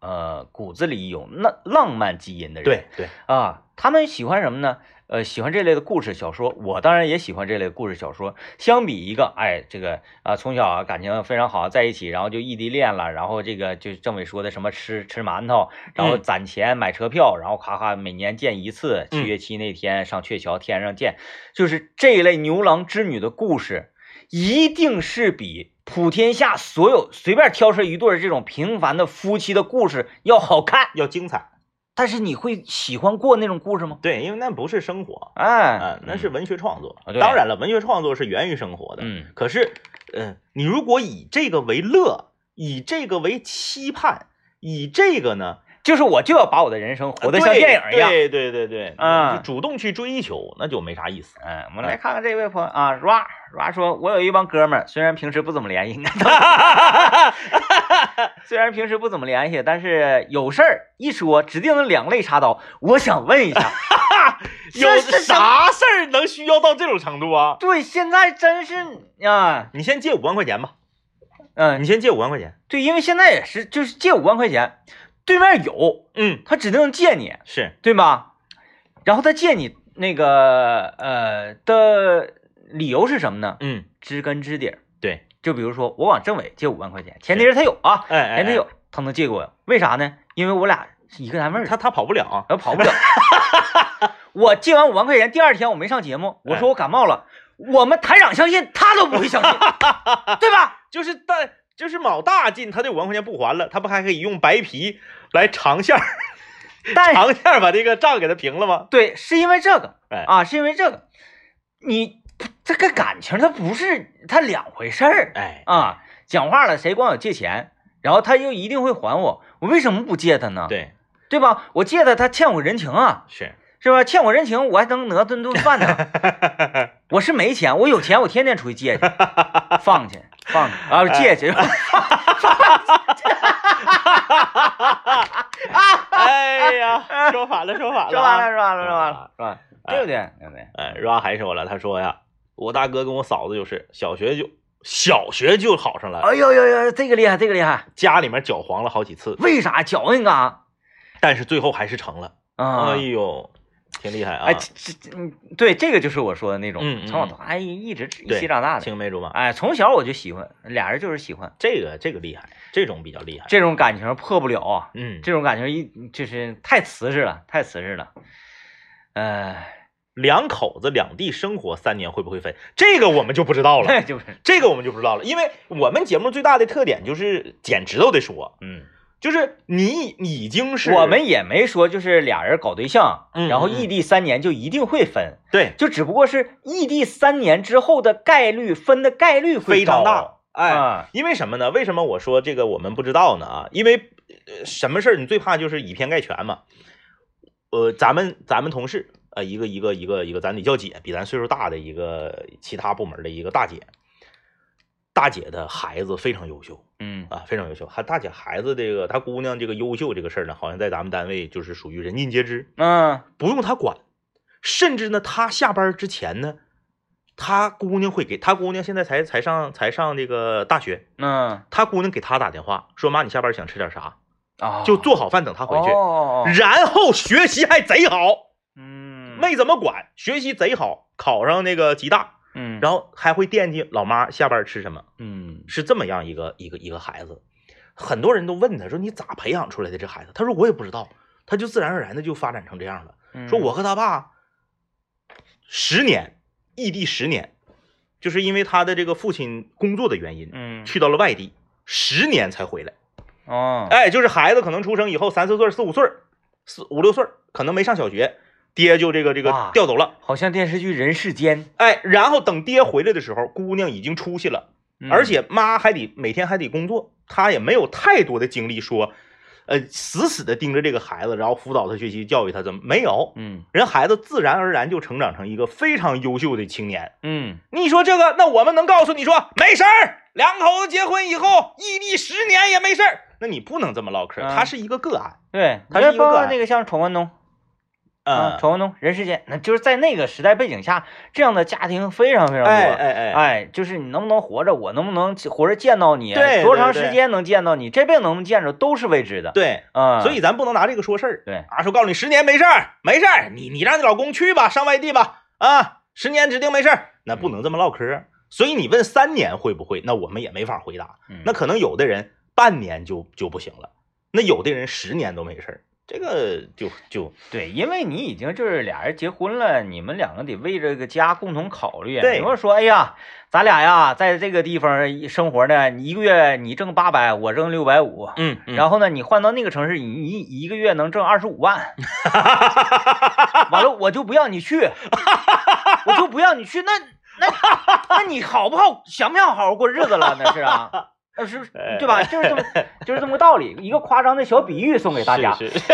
Speaker 2: 呃，骨子里有那浪漫基因的人。
Speaker 1: 对对，
Speaker 2: 啊，他们喜欢什么呢？呃，喜欢这类的故事小说，我当然也喜欢这类故事小说。相比一个，哎，这个啊、从小啊感情非常好，在一起，然后就异地恋了，然后这个就是政委说的什么吃吃馒头，然后
Speaker 1: 嗯
Speaker 2: 攒钱买车票，然后咔咔每年见一次，七
Speaker 1: 嗯
Speaker 2: 月七那天上鹊桥天上见，就是这一类牛郎织女的故事，一定是比普天下所有随便挑出一对儿这种平凡的夫妻的故事要好看。
Speaker 1: 要精彩。
Speaker 2: 但是你会喜欢过那种故事吗？
Speaker 1: 对，因为那不是生活，
Speaker 2: 哎
Speaker 1: 嗯，，那是文学创作。
Speaker 2: 啊对
Speaker 1: 当然了，文学创作是源于生活的。
Speaker 2: 嗯，
Speaker 1: 可是，嗯、你如果以这个为乐，以这个为期盼，以这个呢，
Speaker 2: 就是我就要把我的人生活得像
Speaker 1: 对
Speaker 2: 电影一样。
Speaker 1: 啊对对对对，
Speaker 2: 嗯
Speaker 1: 就主动去追求，那就没啥意思。
Speaker 2: 嗯，我们来看看这位朋友啊，ra ra 说，我有一帮哥们儿，虽然平时不怎么联系， 虽然平时不怎么联系，但是有事儿一说，指定能两肋插刀。我想问一 下，
Speaker 1: 有
Speaker 2: 这是什么？
Speaker 1: 啥事儿能需要到这种程度啊？
Speaker 2: 对，现在真是啊，
Speaker 1: 你先借五万块钱吧，
Speaker 2: 嗯，
Speaker 1: 你先借五万块钱。
Speaker 2: 对，因为现在也是，就是借五万块钱，对面有，
Speaker 1: 嗯，
Speaker 2: 他指定能借你，
Speaker 1: 是
Speaker 2: 对吧？然后他借你那个呃的理由是什么呢？
Speaker 1: 嗯，
Speaker 2: 知根知底儿。
Speaker 1: 对，
Speaker 2: 就比如说我往政委借五万块钱，前提是他有啊，
Speaker 1: 哎哎，
Speaker 2: 前提有他能借给我，为啥呢？因为我俩是一个单位
Speaker 1: 哎
Speaker 2: 儿的，
Speaker 1: 他他跑不了啊，
Speaker 2: 他跑不了。我借完五万块钱，第二天我没上节目，
Speaker 1: 哎
Speaker 2: 我说我感冒了，我们台长相信他都不会 相信，对吧？
Speaker 1: 就是大就是卯大劲，他这五万块钱不还了，他不还可以用白皮来长线 儿
Speaker 2: 但是
Speaker 1: 长线儿把这个账给他平了吗？
Speaker 2: 对，是因为这个
Speaker 1: 哎
Speaker 2: 啊，是因为这个，你这个感情它不是它两回事儿，
Speaker 1: 哎，
Speaker 2: 啊，讲话了，谁光有借钱，然后他又一定会还我，我为什么不借他呢？
Speaker 1: 对，
Speaker 2: 对吧？我借他，他欠我人情啊，
Speaker 1: 是，
Speaker 2: 是吧？欠我人情，我还能讹顿顿饭呢。 我是没钱，我有钱，我天天出去借去，放去，放去，啊，借去，
Speaker 1: 哎 呀，说反了，说反了，
Speaker 2: 说完了，。说完了，说完了，
Speaker 1: 啊
Speaker 2: 是吧？对不对？对不对？
Speaker 1: 哎，ra 还说了，他说呀，我大哥跟我嫂子就是小学就小学就好上了，
Speaker 2: 哎呦呦呦，这个厉害，这个厉害，
Speaker 1: 家里面搅黄了好几次，
Speaker 2: 为啥矫情啊？
Speaker 1: 但是最后还是成了。
Speaker 2: 啊
Speaker 1: 哎，呦，挺厉害啊！
Speaker 2: 哎，这这，嗯，对，这个就是我说的那种，
Speaker 1: 嗯嗯
Speaker 2: 从小
Speaker 1: 嗯
Speaker 2: 到哎一直一
Speaker 1: 对
Speaker 2: 起长大的，
Speaker 1: 青梅竹马，
Speaker 2: 哎，从小我就喜欢，俩人就是喜欢。
Speaker 1: 这个这个厉害，这种比较厉害。
Speaker 2: 这种感情破不了啊，
Speaker 1: 嗯，
Speaker 2: 这种感情一就是太瓷实了，太瓷实了。呃，
Speaker 1: 两口子两地生活三年会不会分？这个我们就不知道了，
Speaker 2: 那 就是，
Speaker 1: 这个我们就不知道了，因为我们节目最大的特点就是剪指头的说，
Speaker 2: 嗯，
Speaker 1: 就是你已经是
Speaker 2: 我们也没说就是俩人搞对象，
Speaker 1: 嗯
Speaker 2: 然后
Speaker 1: 嗯
Speaker 2: 异地三年就一定会分，
Speaker 1: 对
Speaker 2: 就只不过是异地三年之后的概率分的概率会
Speaker 1: 非常大
Speaker 2: 高，，
Speaker 1: 哎，
Speaker 2: 啊，
Speaker 1: 因为什么呢？为什么我说这个我们不知道呢？啊，因为呃什么事儿你最怕就是以偏概全嘛。呃，咱们咱们同事呃，一个一个一个一个，咱得叫姐，比咱岁数大的一个其他部门的一个大姐，大姐的孩子非常优秀
Speaker 2: 嗯
Speaker 1: 啊，非常优秀。她大姐孩子这个她姑娘这个优秀这个事儿呢，好像在咱们单位就是属于人尽皆知，
Speaker 2: 嗯，
Speaker 1: 不用她管。甚至呢，她下班之前呢，她姑娘会给她姑娘现在才才上才上这个大学，
Speaker 2: 嗯
Speaker 1: 她姑娘给她打电话说：“妈，你下班想吃点啥？
Speaker 2: 啊，
Speaker 1: 就做好饭等她回去。
Speaker 2: 哦，
Speaker 1: 然后学习还贼好，
Speaker 2: 嗯，
Speaker 1: 没怎么管，学习贼好，考上那个吉大，
Speaker 2: 嗯，
Speaker 1: 然后还会惦记老妈下班吃什么，
Speaker 2: 嗯
Speaker 1: 是这么样一个一个一个孩子。很多人都问他说你咋培养出来的这孩子？他说我也不知道，他就自然而然的就发展成这样了。
Speaker 2: 嗯
Speaker 1: 说我和他爸十年异地十年，就是因为他的这个父亲工作的原因，
Speaker 2: 嗯
Speaker 1: 去到了外地，十年才回来。
Speaker 2: 哦，
Speaker 1: 哎，就是孩子可能出生以后三四岁、四五岁、四五六岁，可能没上小学，爹就这个这个
Speaker 2: 哇
Speaker 1: 调走了。
Speaker 2: 好像电视剧《人世间
Speaker 1: 哎，然后等爹回来的时候，姑娘已经出息了，》，
Speaker 2: 嗯
Speaker 1: 而且妈还得每天还得工作，她也没有太多的精力说，呃，死死的盯着这个孩子，然后辅导他学习、教育他，怎么没有？
Speaker 2: 嗯
Speaker 1: 人孩子自然而然就成长成一个非常优秀的青年。
Speaker 2: 嗯
Speaker 1: 你说这个，那我们能告诉你说没事儿，两口子结婚以后异地十年也没事儿，那你不能这么唠嗑，
Speaker 2: 嗯
Speaker 1: 他是一个个案。
Speaker 2: 对，
Speaker 1: 它
Speaker 2: 你
Speaker 1: 是
Speaker 2: 看
Speaker 1: 一个个
Speaker 2: 包括
Speaker 1: 案
Speaker 2: 那个像《闯关东》啊，
Speaker 1: 嗯
Speaker 2: 《闯关东》《人世间》，那就是在那个时代背景下，这样的家庭非常非常多。
Speaker 1: 哎哎哎，
Speaker 2: 哎，就是你能不能活着，我能不能活着见到你，
Speaker 1: 对
Speaker 2: 多
Speaker 1: 对
Speaker 2: 长
Speaker 1: 对
Speaker 2: 时间能见到你，这辈子能不能见着都是未知的。
Speaker 1: 对，
Speaker 2: 啊，
Speaker 1: 所以咱不能拿这个说事儿。
Speaker 2: 对
Speaker 1: 啊，说告诉你十年没事儿，没事儿，你你让你老公去吧，上外地吧，啊，十年指定没事儿，那不能这么唠嗑。所以你问三年会不会，那我们也没法回答。
Speaker 2: 嗯
Speaker 1: 那可能有的人半年就就不行了，那有的人十年都没事儿，这个就就
Speaker 2: 对，因为你已经就是俩人结婚了，你们两个得为这个家共同考虑。
Speaker 1: 对
Speaker 2: 你不是说，哎呀，咱俩呀，在这个地方生活呢，你一个月你挣八百，我挣六百五，
Speaker 1: 嗯，然后
Speaker 2: 然后呢，你换到那个城市，你你你一个月能挣二十 五万，完了我就不让你去，我就不让你去，那那那你好不好，想不想好好过日子了？那是啊，那是
Speaker 1: 哎
Speaker 2: 对吧？就是这么就是这么个道理，一个夸张的小比喻送给大家。
Speaker 1: 是 是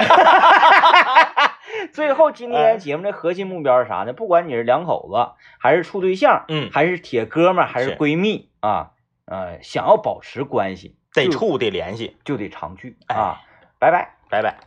Speaker 2: 最后今天节目的核心目标是啥呢？不管你是两口子，还是处对象，
Speaker 1: 嗯，
Speaker 2: 还是铁哥们儿，还是
Speaker 1: 是
Speaker 2: 闺蜜啊，呃，想要保持关系
Speaker 1: 得
Speaker 2: 就
Speaker 1: 处得联系，
Speaker 2: 就得常聚
Speaker 1: 哎
Speaker 2: 啊。拜拜。
Speaker 1: 拜拜。